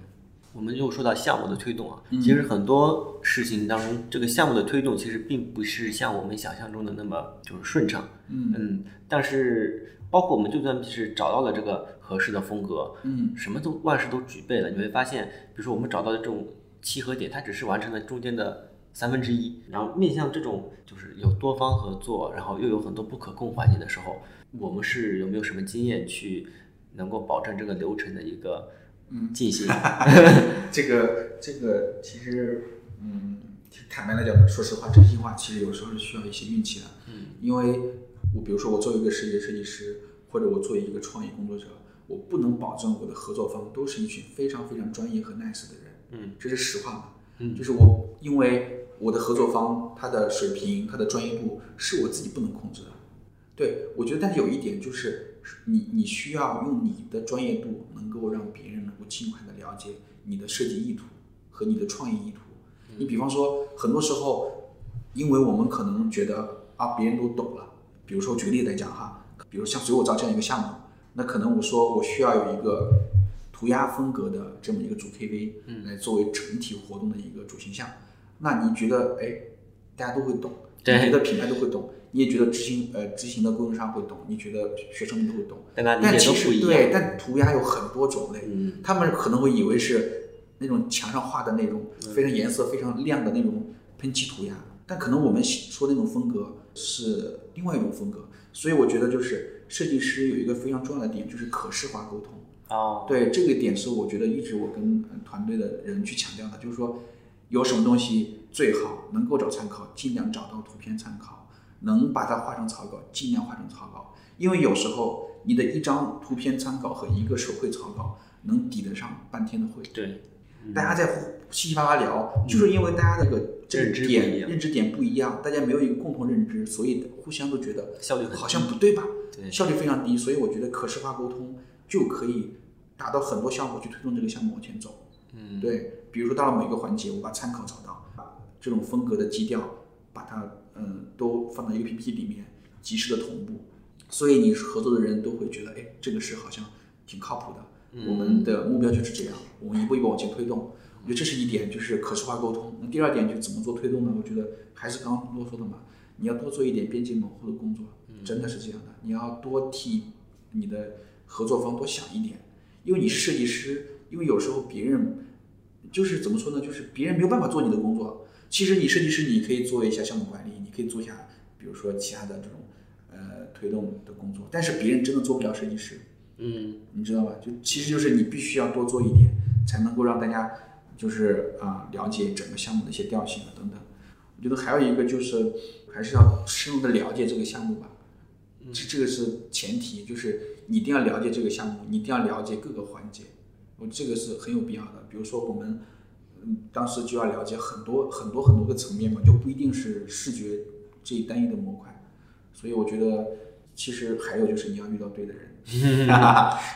[SPEAKER 1] 我们又说到项目的推动啊，
[SPEAKER 2] 嗯
[SPEAKER 1] 其实很多事情当中，这个项目的推动其实并不是像我们想象中的那么就是顺畅，
[SPEAKER 2] 嗯
[SPEAKER 1] 嗯，但是包括我们就算是找到了这个合适的风格，
[SPEAKER 2] 嗯
[SPEAKER 1] 什么都万事都具备了，你会发现，比如说我们找到的这种契合点，它只是完成了中间的三分之一。然后面向这种就是有多方合作，然后又有很多不可控环节的时候，我们是有没有什么经验去能够保证这个流程的一个
[SPEAKER 2] 嗯
[SPEAKER 1] 进 行？
[SPEAKER 2] 这个这个其实，嗯，坦白来讲，说实话，真心话，其实有时候是需要一些运气的。
[SPEAKER 1] 嗯，
[SPEAKER 2] 因为我比如说我作为一个视觉设计师，或者我作为一个创意工作者，我不能保证我的合作方都是一群非常非常专业和 nice 的人。
[SPEAKER 1] 嗯，
[SPEAKER 2] 这是实话嘛。嗯，就是我因为我的合作方他的水平、他的专业度是我自己不能控制的。对，我觉得，但是有一点就是，你你需要用你的专业度，能够让别人能够尽快的了解你的设计意图和你的创意意图。你比方说，很多时候，因为我们可能觉得啊，别人都懂了。比如说，举个例子来讲哈，比如像水果皂这样一个项目，那可能我说我需要有一个涂鸦风格的这么一个主 KV，来作为整体活动的一个主形象。那你觉得，哎，大家都会懂，
[SPEAKER 1] 对
[SPEAKER 2] 你觉得品牌都会懂，你也觉得执行呃执行的供应商会懂，你觉得学生们都会懂，
[SPEAKER 1] 大家理
[SPEAKER 2] 但
[SPEAKER 1] 解
[SPEAKER 2] 其
[SPEAKER 1] 都不
[SPEAKER 2] 实
[SPEAKER 1] 一样
[SPEAKER 2] 对，但涂鸦有很多种类，
[SPEAKER 1] 嗯
[SPEAKER 2] 他们可能会以为是那种墙上画的那种
[SPEAKER 1] 嗯
[SPEAKER 2] 非常颜色非常亮的那种喷漆涂鸦，但可能我们说那种风格是另外一种风格，所以我觉得就是设计师有一个非常重要的点就是可视化沟通。
[SPEAKER 1] 哦，
[SPEAKER 2] 对，这个点是我觉得一直我跟呃团队的人去强调的，就是说有什么东西最好能够找参考，尽量找到图片参考，能把它画成草稿，尽量画成草稿，因为有时候你的一张图片参考和一个手绘草稿能抵得上半天的会。
[SPEAKER 1] 对，
[SPEAKER 2] 大家在胡稀稀巴巴聊，就是因为大家那个这
[SPEAKER 1] 认知
[SPEAKER 2] 个
[SPEAKER 1] 不一
[SPEAKER 2] 点
[SPEAKER 1] 样
[SPEAKER 2] 认知点不一样，大家没有一个共同认知，所以互相都觉得
[SPEAKER 1] 效率很低
[SPEAKER 2] 好像不对吧？
[SPEAKER 1] 对
[SPEAKER 2] 效率非常低，所以我觉得可视化沟通就可以达到很多效果，去推动这个项目往前走。
[SPEAKER 1] 嗯，
[SPEAKER 2] 对，比如说到了某一个环节，我把参考找到，把这种风格的基调，把它嗯都放到一个 PPT 里面，及时的同步，所以你合作的人都会觉得，哎，这个是好像挺靠谱的。
[SPEAKER 1] 嗯
[SPEAKER 2] 我们的目标就是这样，我们一步一步往前推动。我觉得这是一点，就是可视化沟通。那第二点就是怎么做推动呢？我觉得还是刚刚啰嗦的嘛，你要多做一点边界模糊的工作，真的是这样的。你要多替你的合作方多想一点，因为你是设计师，因为有时候别人就是怎么说呢，就是别人没有办法做你的工作。其实你设计师，你可以做一下项目管理，你可以做一下，比如说其他的这种呃推动的工作，但是别人真的做不了设计师。
[SPEAKER 1] 嗯，
[SPEAKER 2] 你知道吧？就其实就是你必须要多做一点，才能够让大家就是啊、了解整个项目的一些调性啊等等。我觉得还有一个就是还是要深入的了解这个项目吧，这这个是前提，就是你一定要了解这个项目，你一定要了解各个环节，我这个是很有必要的。比如说我们嗯当时就要了解很多很多很多个层面嘛，就不一定是视觉这一单一的模块，所以我觉得其实还有就是你要遇到对的人。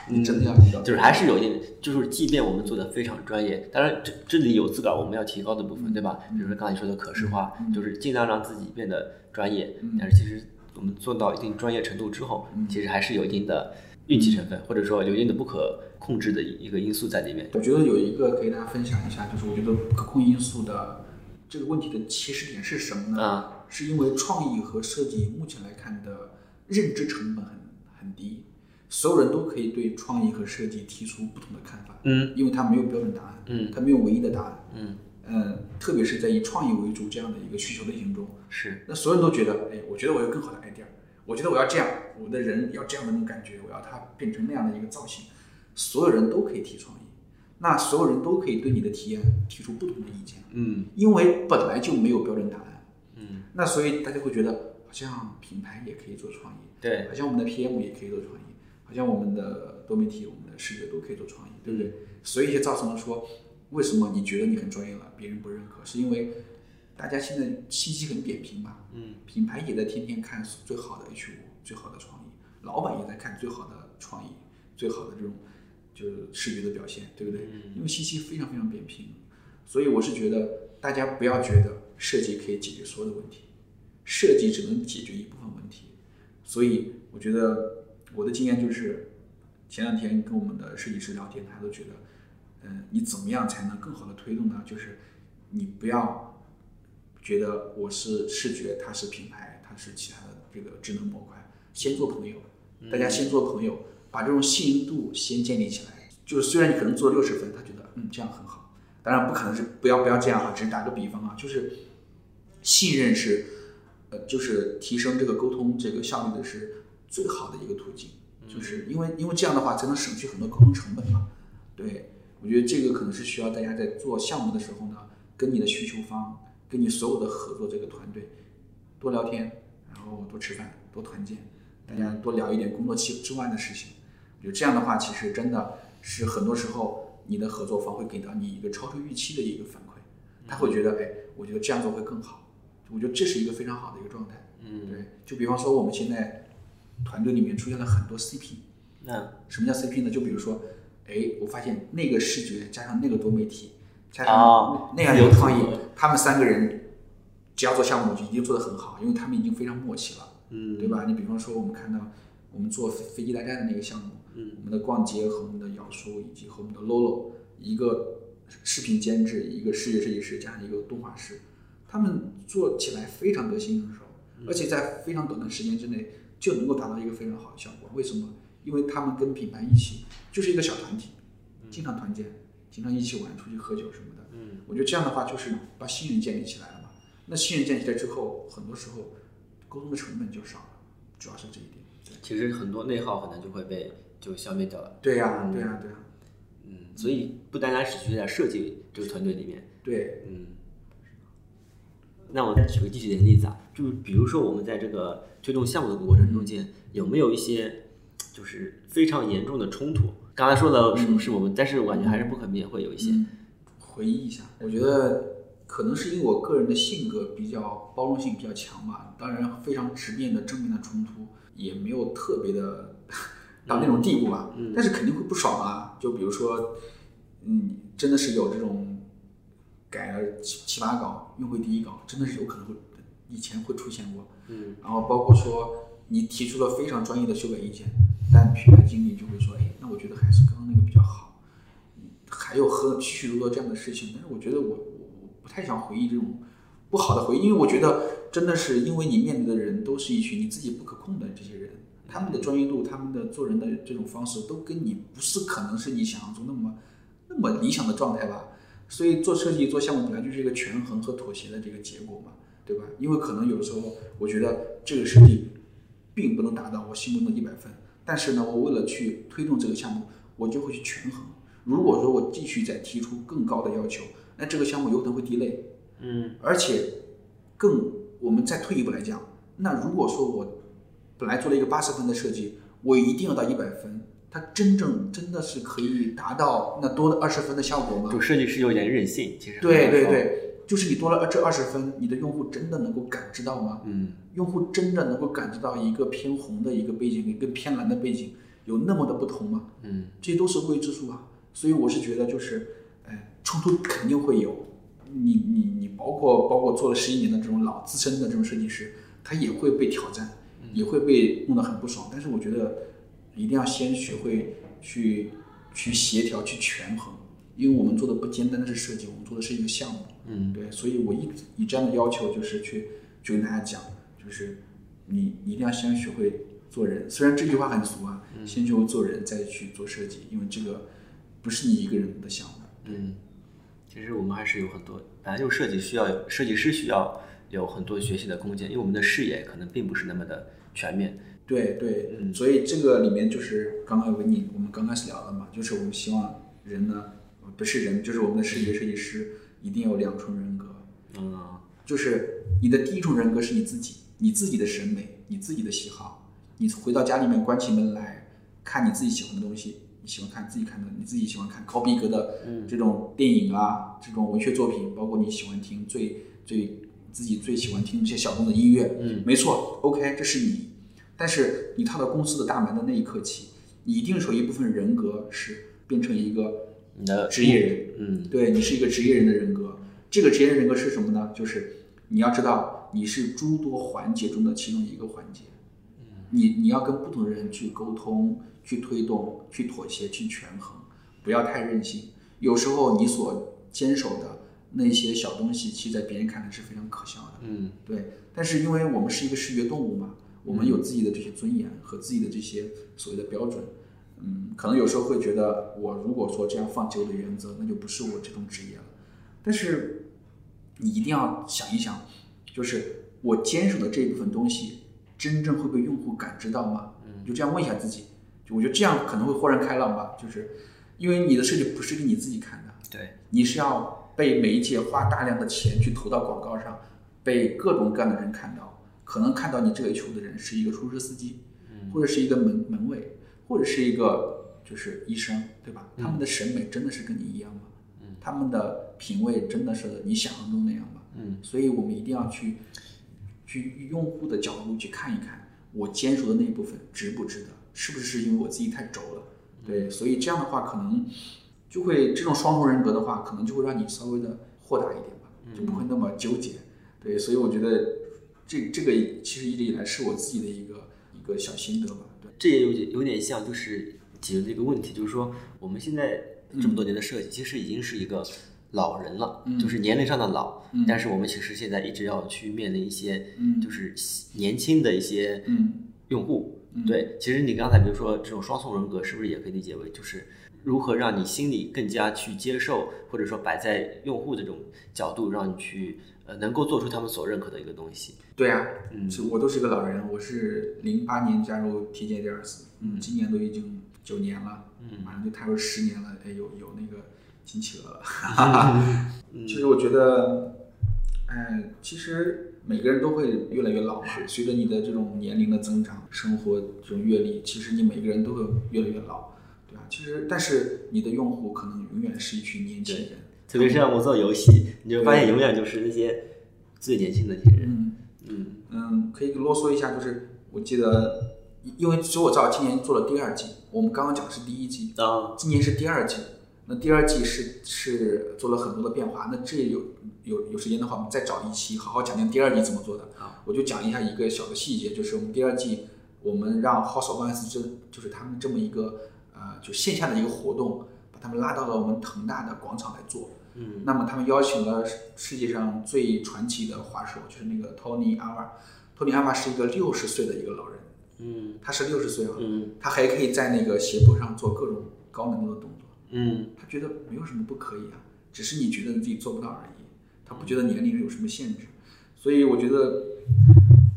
[SPEAKER 2] 你真的要遇到，
[SPEAKER 1] 就是还是有一定，就是即便我们做的非常专业，当然这这里有自个儿我们要提高的部
[SPEAKER 2] 嗯
[SPEAKER 1] 分，对吧？比如说刚才你说的可视化，就是尽量让自己变得专业，但是其实我们做到一定专业程度之后，
[SPEAKER 2] 嗯
[SPEAKER 1] 其实还是有一定的运气成分，或者说有一定的不可控制的一一个因素在里面。
[SPEAKER 2] 我觉得有一个可以大家分享一下，就是我觉得可控因素的这个问题的起始点是什么呢？
[SPEAKER 1] 啊
[SPEAKER 2] 是因为创意和设计目前来看的认知成本很很低，所有人都可以对创意和设计提出不同的看法，
[SPEAKER 1] 嗯
[SPEAKER 2] 因为它没有标准答案，
[SPEAKER 1] 嗯
[SPEAKER 2] 它没有唯一的答案，
[SPEAKER 1] 嗯，
[SPEAKER 2] 嗯，特别是在以创意为主这样的一个需求类型中，
[SPEAKER 1] 是
[SPEAKER 2] 那所有人都觉得，哎，我觉得我有更好的 idea，我觉得我要这样，我的人要这样的那种感觉，我要它变成那样的一个造型，所有人都可以提创意，那所有人都可以对你的提案提出不同的意见，
[SPEAKER 1] 嗯
[SPEAKER 2] 因为本来就没有标准答案，
[SPEAKER 1] 嗯
[SPEAKER 2] 那所以大家会觉得好像品牌也可以做创意，
[SPEAKER 1] 对
[SPEAKER 2] 好像我们的 PM 也可以做创意，好像我们的多媒体、我们的视觉都可以做创意，对不对？所以就造成了说，为什么你觉得你很专业了，别人不认可，是因为大家现在信息很扁平吧？
[SPEAKER 1] 嗯，
[SPEAKER 2] 品牌也在天天看最好的 H 五、最好的创意，老板也在看最好的创意、最好的这种就是视觉的表现，对不对？
[SPEAKER 1] 嗯
[SPEAKER 2] 因为信息非常非常扁平，所以我是觉得大家不要觉得设计可以解决所有的问题，设计只能解决一部分问题。所以我觉得我的经验就是，前两天跟我们的设计师聊天，他都觉得，嗯、你怎么样才能更好的推动呢？就是你不要觉得我是视觉，它是品牌，它是其他的这个智能模块，先做朋友，大家先做朋友，把这种信任度先建立起来。就是虽然你可能做六十分，他觉得嗯这样很好，当然不可能是不要不要这样啊，只是打个比方啊，就是信任是呃就是提升这个沟通这个效率的是最好的一个途径，就是因为因为这样的话才能省去很多沟通成本嘛。对，我觉得这个可能是需要大家在做项目的时候呢，跟你的需求方，跟你所有的合作这个团队多聊天，然后多吃饭，多团建，大家多聊一点工作期之外的事情。我觉得这样的话，其实真的是很多时候你的合作方会给到你一个超出预期的一个反馈，他会觉得，哎，我觉得这样做会更好。我觉得这是一个非常好的一个状态。
[SPEAKER 1] 嗯
[SPEAKER 2] 对，就比方说我们现在团队里面出现了很多 CP，
[SPEAKER 1] 那
[SPEAKER 2] 什么叫 CP 呢？就比如说，哎，我发现那个视觉加上那个多媒体，加
[SPEAKER 1] 哦
[SPEAKER 2] 上那那样
[SPEAKER 1] 自由
[SPEAKER 2] 一个创意
[SPEAKER 1] 组合，
[SPEAKER 2] 他们三个人只要做项目就一定做得很好，因为他们已经非常默契了。
[SPEAKER 1] 嗯
[SPEAKER 2] 对吧？你比方说，我们看到我们做飞飞机大战的那个项目，
[SPEAKER 1] 嗯
[SPEAKER 2] 我们的逛杰和我们的姚叔以及和我们的 Lolo，一个视频监制，一个视觉设计师，加上一个动画师，他们做起来非常得心应手，
[SPEAKER 1] 嗯
[SPEAKER 2] 而且在非常短的时间之内就能够达到一个非常好的效果。为什么？因为他们跟品牌一起就是一个小团体，经常团建，经常一起玩，出去喝酒什么的。
[SPEAKER 1] 嗯，
[SPEAKER 2] 我觉得这样的话就是把信任建立起来了嘛。那信任建立起来之后，很多时候沟通的成本就少了，主要是这一点。对
[SPEAKER 1] 其实很多内耗可能就会被就消灭掉了。
[SPEAKER 2] 对呀、对呀、对呀、
[SPEAKER 1] 嗯，所以不单单只是在设计这个团队里面，
[SPEAKER 2] 对。
[SPEAKER 1] 嗯，那我再举个具体点的例子啊，就是比如说我们在这个推动项目的过程中间，有没有一些就是非常严重的冲突？刚才说了是是我们，但是我感觉还是不可避免会有一些。
[SPEAKER 2] 嗯回忆一下，我觉得可能是因为我个人的性格比较包容性比较强吧，当然非常直面的正面的冲突也没有特别的 到那种地步吧，
[SPEAKER 1] 嗯
[SPEAKER 2] 但是肯定会不爽啊。就比如说，嗯，真的是有这种改了七七八稿，用回第一稿，真的是有可能会以前会出现过。
[SPEAKER 1] 嗯
[SPEAKER 2] 然后包括说你提出了非常专业的修改意见，但品牌经理就会说，哎，那我觉得还是刚刚那个比较好。嗯还有很许许多多这样的事情，但是我觉得我我我不太想回忆这种不好的回忆，因为我觉得真的是因为你面对的人都是一群你自己不可控的这些人，他们的专业度、他们的做人的这种方式都跟你不是可能是你想象中那么那么理想的状态吧。所以做设计、做项目本来就是一个权衡和妥协的这个结果嘛，对吧？因为可能有的时候我觉得这个设计并不能达到我心目中的一百分，但是呢，我为了去推动这个项目，我就会去权衡。如果说我继续再提出更高的要求，那这个项目有可能会地雷，
[SPEAKER 1] 嗯
[SPEAKER 2] 而且更我们再退一步来讲，那如果说我本来做了一个八十分的设计，我一定要到一百分，它真正真的是可以达到那多的二十分的效果吗？
[SPEAKER 1] 嗯就设计师有点任性，其实
[SPEAKER 2] 对
[SPEAKER 1] 很难
[SPEAKER 2] 对
[SPEAKER 1] 说，
[SPEAKER 2] 对，就是你多了这二十分，你的用户真的能够感知到吗？
[SPEAKER 1] 嗯
[SPEAKER 2] 用户真的能够感知到一个偏红的一个背景跟一个偏蓝的背景有那么的不同吗？
[SPEAKER 1] 嗯
[SPEAKER 2] 这都是未知数啊。所以我是觉得就是，哎，冲突肯定会有。你你你，包括包括做了十一年的这种老资深的这种设计师，他也会被挑战，也会被弄得很不爽。但是我觉得一定要先学会去去协调、去权衡，因为我们做的不简单的是设计，我们做的是一个项目。
[SPEAKER 1] 嗯
[SPEAKER 2] 对，所以我一直以这样的要求就是去就跟大家讲，就是你一定要先学会做人。虽然这句话很俗啊，先学会做人，再去做设计，因为这个不是你一个人的想法。
[SPEAKER 1] 嗯，其实我们还是有很多，本来就设计需要有设计师需要有很多学习的空间，因为我们的视野可能并不是那么的全面。
[SPEAKER 2] 对对，
[SPEAKER 1] 嗯
[SPEAKER 2] 所以这个里面就是刚刚文你我们刚开始聊的嘛，就是我们希望人呢，呃不是人，就是我们的视觉设计师一定有两重人格，
[SPEAKER 1] 嗯
[SPEAKER 2] 就是你的第一重人格是你自己，你自己的审美，你自己的喜好。你回到家里面关起门来看你自己喜欢的东西，你喜欢看自己看的，你自己喜欢看高逼格的
[SPEAKER 1] 嗯
[SPEAKER 2] 这种电影啊，这种文学作品，包括你喜欢听最最自己最喜欢听这些小众的音乐，
[SPEAKER 1] 嗯
[SPEAKER 2] 没错，OK，这是你。但是你踏到公司的大门的那一刻起，你一定是有一部分人格是变成一个
[SPEAKER 1] 你的
[SPEAKER 2] 职业人，
[SPEAKER 1] 嗯
[SPEAKER 2] 对你是一个职业人的人格。这个职业人格是什么呢？就是你要知道，你是诸多环节中的其中一个环节。你你要跟不同的人去沟通、去推动、去妥协、去权衡，不要太任性。有时候你所坚守的那些小东西，其实在别人看来是非常可笑的。
[SPEAKER 1] 嗯
[SPEAKER 2] 对，但是因为我们是一个视觉动物嘛，我们有自己的这些尊严和自己的这些所谓的标准。嗯，可能有时候会觉得，我如果说这样放弃我的原则，那就不是我这种职业了。但是你一定要想一想，就是我坚守的这一部分东西，真正会被用户感知到吗？嗯，就这样问一下自己。就我觉得这样可能会豁然开朗吧，就是因为你的设计不是给你自己看的，
[SPEAKER 1] 对，
[SPEAKER 2] 你是要被媒介花大量的钱去投到广告上，被各种各样的人看到，可能看到你这个球的人是一个出租车司机，
[SPEAKER 1] 嗯
[SPEAKER 2] 或者是一个门门卫，或者是一个就是医生，对吧？他们的审美真的是跟你一样吗？
[SPEAKER 1] 嗯，
[SPEAKER 2] 他们的品味真的是你想象中那样吧？
[SPEAKER 1] 嗯，
[SPEAKER 2] 所以我们一定要去去用户的角度去看一看，我坚守的那一部分值不值得，是不是因为我自己太轴了？
[SPEAKER 1] 嗯
[SPEAKER 2] 对，所以这样的话，可能就会这种双重人格的话，可能就会让你稍微的豁达一点吧，就不会那么纠结。对，所以我觉得这这个其实一直以来是我自己的一个一个小心得吧。对，
[SPEAKER 1] 这也有点有点像，就是解决这个问题，就是说我们现在这么多年的设计，其实已经是一个老人了，
[SPEAKER 2] 嗯
[SPEAKER 1] 就是年龄上的老，
[SPEAKER 2] 嗯
[SPEAKER 1] 但是我们其实现在一直要去面临一些，
[SPEAKER 2] 嗯
[SPEAKER 1] 就是年轻的一些
[SPEAKER 2] 嗯
[SPEAKER 1] 用户。
[SPEAKER 2] 嗯
[SPEAKER 1] 对，其实你刚才比如说这种双重人格，是不是也可以理解为就是如何让你心里更加去接受，或者说摆在用户这种角度，让你去呃能够做出他们所认可的一个东西。
[SPEAKER 2] 对啊，
[SPEAKER 1] 嗯
[SPEAKER 2] 是我都是个老人，我是零八年加入体检第二次，
[SPEAKER 1] 嗯
[SPEAKER 2] 今年都已经九年了，
[SPEAKER 1] 嗯
[SPEAKER 2] 马上就踏入十年了，哎，有有那个金企鹅了，哈哈。
[SPEAKER 1] 嗯
[SPEAKER 2] 其实我觉得，哎，其实每个人都会越来越老嘛，随着你的这种年龄的增长，生活这种阅历，其实你每个人都会越来越老，对吧？其实，但是你的用户可能永远是一群年轻人，
[SPEAKER 1] 特别是像我做游戏，你就发现永远就是那些最年轻的那些人。
[SPEAKER 2] 嗯。
[SPEAKER 1] 嗯
[SPEAKER 2] 嗯，可以啰嗦一下，就是我记得，因为其实我知道今年做了第二季，我们刚刚讲的是第一季，
[SPEAKER 1] 啊，
[SPEAKER 2] 今年是第二季。那第二季是是做了很多的变化，那这有有有时间的话，我们再找一期好好讲讲第二季怎么做的。
[SPEAKER 1] 好
[SPEAKER 2] 我就讲一下一个小的细节，就是我们第二季我们让 House of Vans 这就是他们这么一个呃就线下的一个活动，把他们拉到了我们腾大的广场来做。
[SPEAKER 1] 嗯
[SPEAKER 2] 那么他们邀请了世世界上最传奇的滑手，就是那个 Tony a v a Tony a v a 是一个六十岁的一个老人，
[SPEAKER 1] 嗯
[SPEAKER 2] 他是六十岁啊，
[SPEAKER 1] 嗯
[SPEAKER 2] 他还可以在那个斜坡上做各种高难度的动作，
[SPEAKER 1] 嗯
[SPEAKER 2] 他觉得没有什么不可以啊，只是你觉得你自己做不到而已，他不觉得年龄有什么限制。所以我觉得，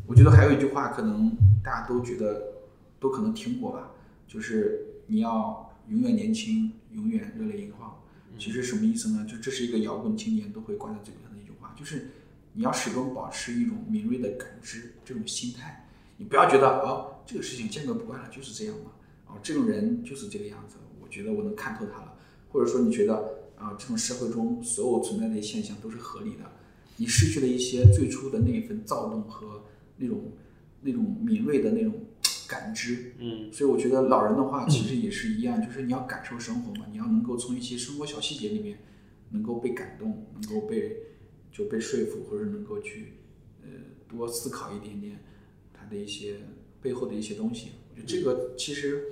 [SPEAKER 2] 我觉得还有一句话，可能大家都觉得都可能听过吧，就是你要永远年轻，永远热泪盈眶。其实什么意思呢？就这是一个摇滚青年都会挂在嘴边的一句话，就是你要始终保持一种敏锐的感知，这种心态，你不要觉得哦，这个事情见怪不怪了，就是这样嘛。哦，这种人就是这个样子，我觉得我能看透他了。或者说你觉得啊、这种社会中所有存在的现象都是合理的，你失去了一些最初的那一份躁动和那种那种敏锐的那种感知。
[SPEAKER 1] 嗯
[SPEAKER 2] 所以我觉得老人的话其实也是一样，就是你要感受生活嘛，你要能够从一些生活小细节里面能够被感动，能够被就被说服，或者能够去呃多思考一点点他的一些背后的一些东西。我觉得这个其实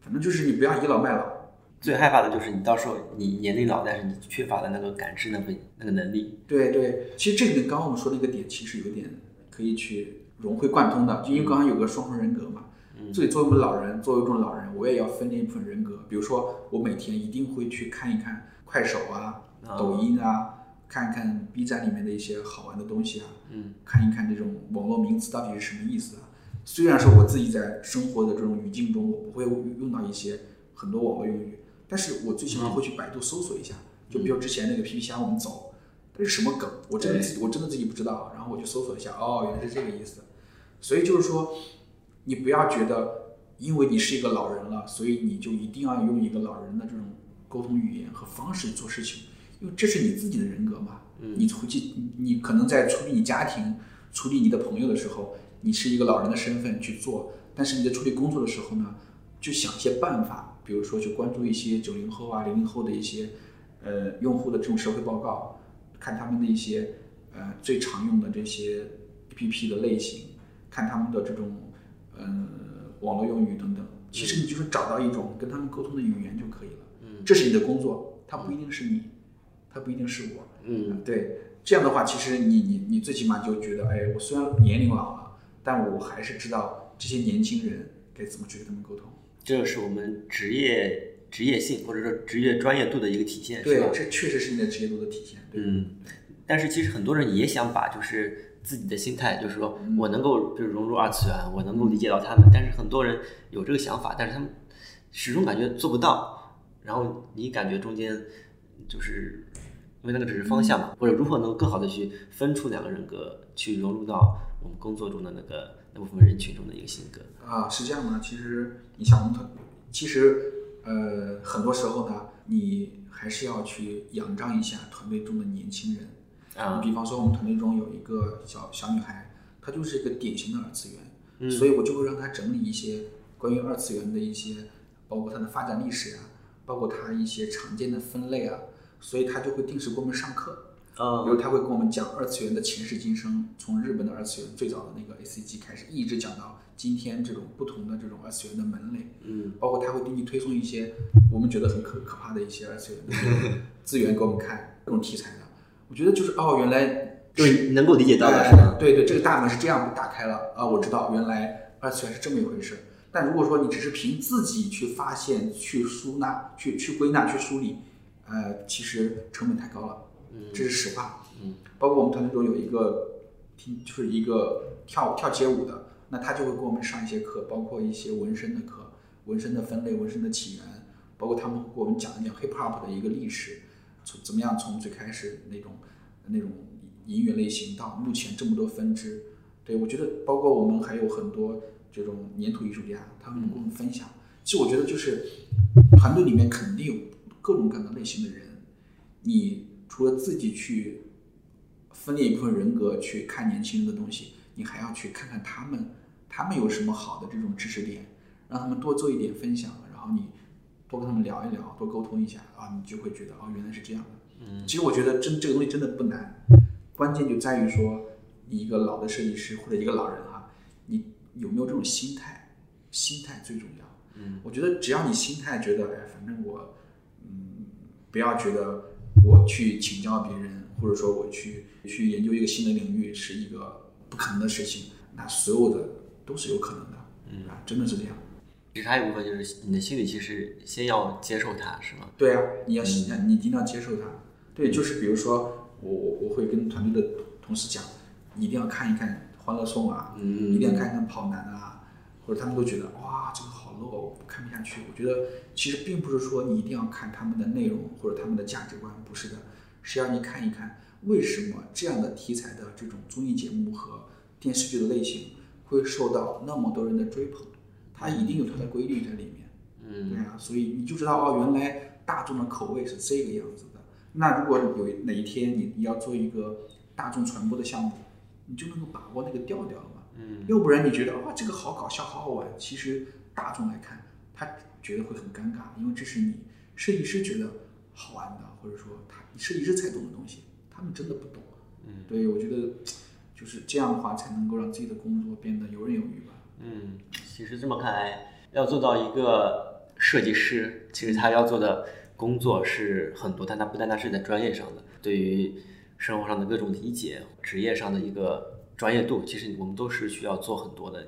[SPEAKER 2] 反正就是你不要倚老卖老。
[SPEAKER 1] 最害怕的就是你到时候你年龄老，但是你缺乏了那个感知那个那个能力。
[SPEAKER 2] 对对，其实这个跟刚刚我们说的一个点，其实有点可以去融会贯通的，就因为刚刚有个双重人格嘛。
[SPEAKER 1] 嗯
[SPEAKER 2] 所以作为我们老人，作为一种老人，我也要分裂一部分人格。比如说，我每天一定会去看一看快手啊、
[SPEAKER 1] 啊
[SPEAKER 2] 抖音啊，看一看 B 站里面的一些好玩的东西啊，
[SPEAKER 1] 嗯
[SPEAKER 2] 看一看这种网络名词到底是什么意思啊。虽然说我自己在生活的这种语境中，我不会用到一些很多网络用语，但是我
[SPEAKER 1] 嗯
[SPEAKER 2] 最起码会去百度搜索一下。就比如之前那个皮皮虾，我们走，这是什么梗？我真的自己我真的自己不知道，然后我就搜索一下，哦，原来是这个意思。所以就是说，你不要觉得因为你是一个老人了，所以你就一定要用一个老人的这种沟通语言和方式做事情，因为这是你自己的人格嘛。你回去，你你可能在处理你家庭、处理你的朋友的时候，你是一个老人的身份去做，但是你在处理工作的时候呢，就想一些办法，比如说去关注一些九零后啊、零零后的一些呃用户的这种社会报告，看他们的一些呃最常用的这些 APP 的类型，看他们的这种嗯、网络用语等等。其实你就是找到一种跟他们沟通的语言就可以了。
[SPEAKER 1] 嗯
[SPEAKER 2] 这是你的工作，它不一定是你，它不一定是我。
[SPEAKER 1] 嗯
[SPEAKER 2] 对，这样的话，其实你你你最起码就觉得，哎，我虽然年龄老了，但我还是知道这些年轻人该怎么去跟他们沟通。
[SPEAKER 1] 这是我们职业职业性或者说职业专业度的一个体现，是
[SPEAKER 2] 对
[SPEAKER 1] 吧，？
[SPEAKER 2] 这确实是你的职业度的体现。对，
[SPEAKER 1] 嗯，但是其实很多人也想把就是自己的心态，就是说我能够就是融入二次元，我能够理解到他们，但是很多人有这个想法，但是他们始终感觉做不到，然后你感觉中间就是因为那个只是方向嘛，或者如何能够更好的去分出两个人格，去融入到我们工作中的那个那部分人群中的一个性格。
[SPEAKER 2] 啊，是这样的。其实你像我们团，其实呃，很多时候呢，你还是要去仰仗一下团队中的年轻人。
[SPEAKER 1] 啊
[SPEAKER 2] 比方说，我们团队中有一个小小女孩，她就是一个典型的二次元，
[SPEAKER 1] 嗯
[SPEAKER 2] 所以我就会让她整理一些关于二次元的一些，包括它的发展历史啊，包括它一些常见的分类啊，所以她就会定时给我们上课。比如
[SPEAKER 1] 啊
[SPEAKER 2] 他会跟我们讲二次元的前世今生，从日本的二次元最早的那个 A C G 开始，一直讲到今天这种不同的这种二次元的门类，
[SPEAKER 1] 嗯
[SPEAKER 2] 包括他会给你推送一些我们觉得很可可怕的一些二次元的资源给我们看，各种题材的。我觉得就是哦，原来
[SPEAKER 1] 就是能够理解到的
[SPEAKER 2] 哎
[SPEAKER 1] 是吧？
[SPEAKER 2] 对对，这个大门是这样打开了啊，我知道原来二次元是这么一回事。但如果说你只是凭自己去发现、去梳纳、去去归纳、去梳理，呃，其实成本太高了，这是实话。
[SPEAKER 1] 嗯，
[SPEAKER 2] 包括我们团队中有一个听，就是一个跳跳街舞的，那他就会给我们上一些课，包括一些纹身的课，纹身的分类、纹身的起源，包括他们会给我们讲一讲 hip hop 的一个历史，从怎么样从最开始那种那种音乐类型到目前这么多分支，对我觉得包括我们还有很多这种粘土艺术家，他们跟我们分享。其实我觉得就是团队里面肯定有各种各样的类型的人，你除了自己去分裂一部分人格去看年轻人的东西，你还要去看看他们，他们有什么好的这种知识点，让他们多做一点分享，然后你多跟他们聊一聊，多沟通一下啊，你就会觉得哦，原来是这样的。嗯，其实我觉得真这个东西真的不难，关键就在于说你一个老的设计师或者一个老人哈、你有没有这种心态，心态最重要。
[SPEAKER 1] 嗯，
[SPEAKER 2] 我觉得只要你心态觉得哎，反正我嗯，不要觉得我去请教别人，或者说我去去研究一个新的领域是一个不可能的事情，那所有的都是有可能的，嗯啊，真的是这样。
[SPEAKER 1] 其实还有一部分就是你的心理，其实先要接受它，是吗？
[SPEAKER 2] 对啊，你要是你一定要接受它。对，就是比如说我我我会跟团队的同事讲，你一定要看一看《欢乐颂》啊，
[SPEAKER 1] 嗯
[SPEAKER 2] 一定要看一看《跑男》啊，或者他们都觉得哇这个好 low，啊我看不下去。我觉得其实并不是说你一定要看他们的内容或者他们的价值观，不是的，是要你看一看为什么这样的题材的这种综艺节目和电视剧的类型会受到那么多人的追捧，它一定有它的规律在里面。对
[SPEAKER 1] 嗯
[SPEAKER 2] 啊，所以你就知道哦，原来大众的口味是这个样子的。那如果有哪一天你你要做一个大众传播的项目，你就能够把握那个调调了嘛。
[SPEAKER 1] 嗯
[SPEAKER 2] 要不然你觉得哇、哦这个好搞笑，好好玩，其实大众来看，他觉得会很尴尬，因为这是你设计师觉得好玩的，或者说他设计师才懂的东西，他们真的不懂。
[SPEAKER 1] 嗯，
[SPEAKER 2] 对，我觉得就是这样的话，才能够让自己的工作变得游刃有余吧。
[SPEAKER 1] 嗯，其实这么看来，要做到一个设计师，其实他要做的工作是很多，但他不单单是在专业上的，对于生活上的各种理解、职业上的一个专业度，其实我们都是需要做很多的。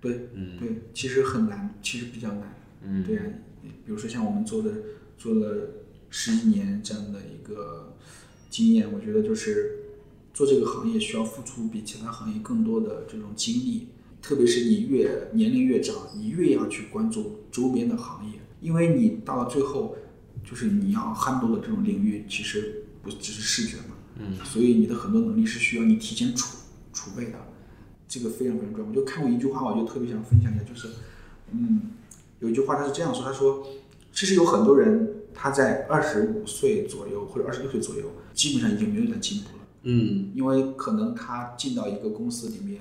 [SPEAKER 2] 对，
[SPEAKER 1] 嗯
[SPEAKER 2] 对，其实很难，其实比较难。
[SPEAKER 1] 嗯，
[SPEAKER 2] 对啊，比如说像我们做的做了十几年这样的一个经验，我觉得就是做这个行业需要付出比其他行业更多的这种精力，特别是你越年龄越长，你越要去关注周边的行业，因为你到了最后，就是你要 handle 的这种领域其实不只是视觉嘛，
[SPEAKER 1] 嗯，
[SPEAKER 2] 所以你的很多能力是需要你提前储储备的，这个非常非常重要。我就看过一句话，我就特别想分享一下，就是，嗯，有一句话他是这样说，他说，其实有很多人他在二十五岁左右或者二十六岁左右，基本上已经没有在进步了。
[SPEAKER 1] 嗯
[SPEAKER 2] 因为可能他进到一个公司里面，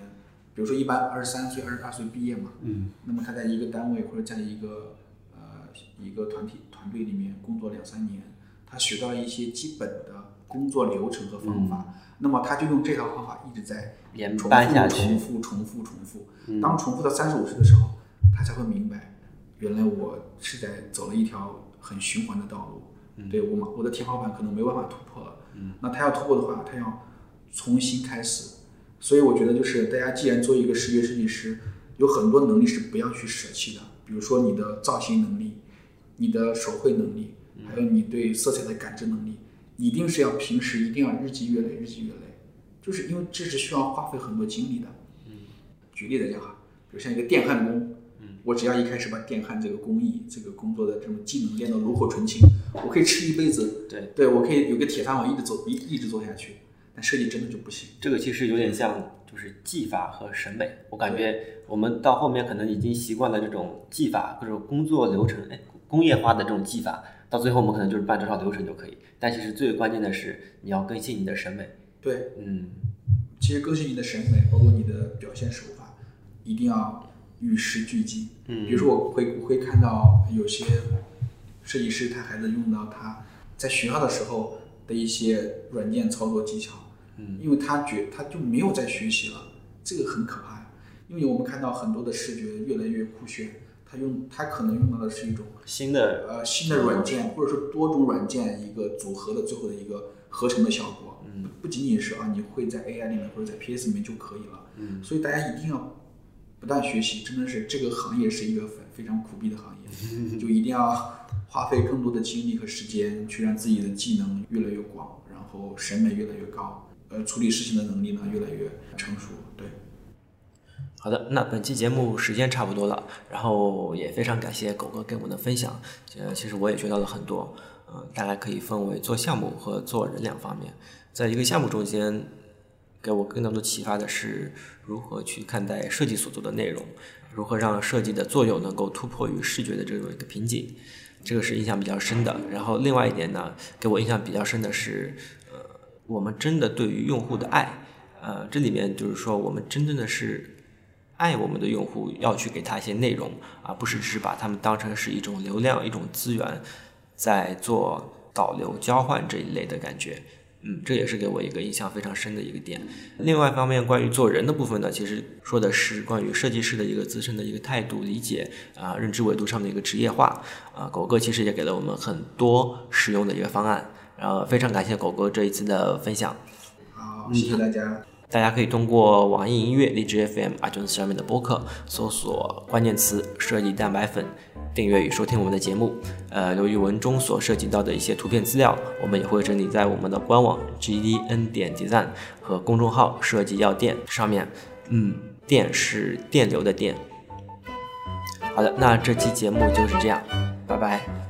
[SPEAKER 2] 比如说一般二十三岁、二十二岁毕业嘛，
[SPEAKER 1] 嗯，
[SPEAKER 2] 那么他在一个单位或者在一个呃一个团体团队里面工作两三年，他学到了一些基本的工作流程和方法，那么他就用这套方法一直在
[SPEAKER 1] 嗯连
[SPEAKER 2] 重
[SPEAKER 1] 搬下
[SPEAKER 2] 复、
[SPEAKER 1] 去
[SPEAKER 2] 重复、重复、重复。
[SPEAKER 1] 嗯
[SPEAKER 2] 当重复到三十五岁的时候，他才会明白，原来我是在走了一条很循环的道路。
[SPEAKER 1] 嗯
[SPEAKER 2] 对我嘛，我的天花板可能没有办法突破了。嗯，那他要突破的话，他要重新开始。所以我觉得就是大家既然做一个视觉设计师，有很多能力是不要去舍弃的，比如说你的造型能力、你的手绘能力，还有你对色彩的感知能力，一定是要平时一定要日积月累，日积月累，就是因为这是需要花费很多精力的。举例来讲哈，比如像一个电焊工，我只要一开始把电焊这个工艺、这个工作的这种技能练到炉火纯青，我可以吃一辈子，
[SPEAKER 1] 对，
[SPEAKER 2] 对我可以有个铁饭碗一直做一一直做下去。但设计真的就不行，
[SPEAKER 1] 这个其实有点像就是技法和审美，我感觉我们到后面可能已经习惯了这种技法各种工作流程，哎，工业化的这种技法，到最后我们可能就是办这套流程就可以。但其实最关键的是你要更新你的审美，
[SPEAKER 2] 对，
[SPEAKER 1] 嗯，
[SPEAKER 2] 其实更新你的审美，包括你的表现手法，一定要与时俱进。
[SPEAKER 1] 嗯
[SPEAKER 2] 比如说我会我会看到有些设计师他还能用到他在学校的时候的一些软件操作技巧，
[SPEAKER 1] 嗯，
[SPEAKER 2] 因为他觉他就没有在学习了，这个很可怕呀。因为我们看到很多的视觉越来越酷炫，他用他可能用到的是一种
[SPEAKER 1] 新的
[SPEAKER 2] 呃新的软件，或者说多种软件一个组合的最后的一个合成的效果，
[SPEAKER 1] 嗯
[SPEAKER 2] 不仅仅是啊你会在 AI 里面或者在 PS 里面就可以了，
[SPEAKER 1] 嗯
[SPEAKER 2] 所以大家一定要不断学习，真的是这个行业是一个非非常苦逼的行 业，就一定要花费更多的精力和时间去让自己的技能越来越广，然后审美越来越高，呃，处理事情的能力呢越来越成熟，对。
[SPEAKER 1] 好的，那本期节目时间差不多了，然后也非常感谢狗哥给我们的分享，呃，其实我也学到了很多，嗯、大概可以分为做项目和做人两方面，在一个项目中间，给我更多的启发的是如何去看待设计所做的内容，如何让设计的作用能够突破于视觉的这种一个瓶颈，这个是印象比较深的。然后另外一点呢，给我印象比较深的是，呃，我们真的对于用户的爱，呃，这里面就是说我们真正的是爱我们的用户，要去给他一些内容，而不是只是把他们当成是一种流量、一种资源，在做导流交换这一类的感觉。嗯，这也是给我一个印象非常深的一个点。另外一方面，关于做人的部分呢，其实说的是关于设计师的一个自身的一个态度、理解啊、认知维度上的一个职业化啊、狗哥其实也给了我们很多实用的一个方案，然后非常感谢狗哥这一次的分享。
[SPEAKER 2] 好，谢谢
[SPEAKER 1] 嗯
[SPEAKER 2] 大家。
[SPEAKER 1] 大家可以通过网易音乐、荔枝 FM、iTunes 上面的播客搜索关键词“设计蛋白粉”，订阅与收听我们的节目。呃，由于文中所涉及到的一些图片资料，我们也会整理在我们的官网 GDN 点 design 和公众号“设计药店”上面。嗯，电是电流的电。好的，那这期节目就是这样，拜拜。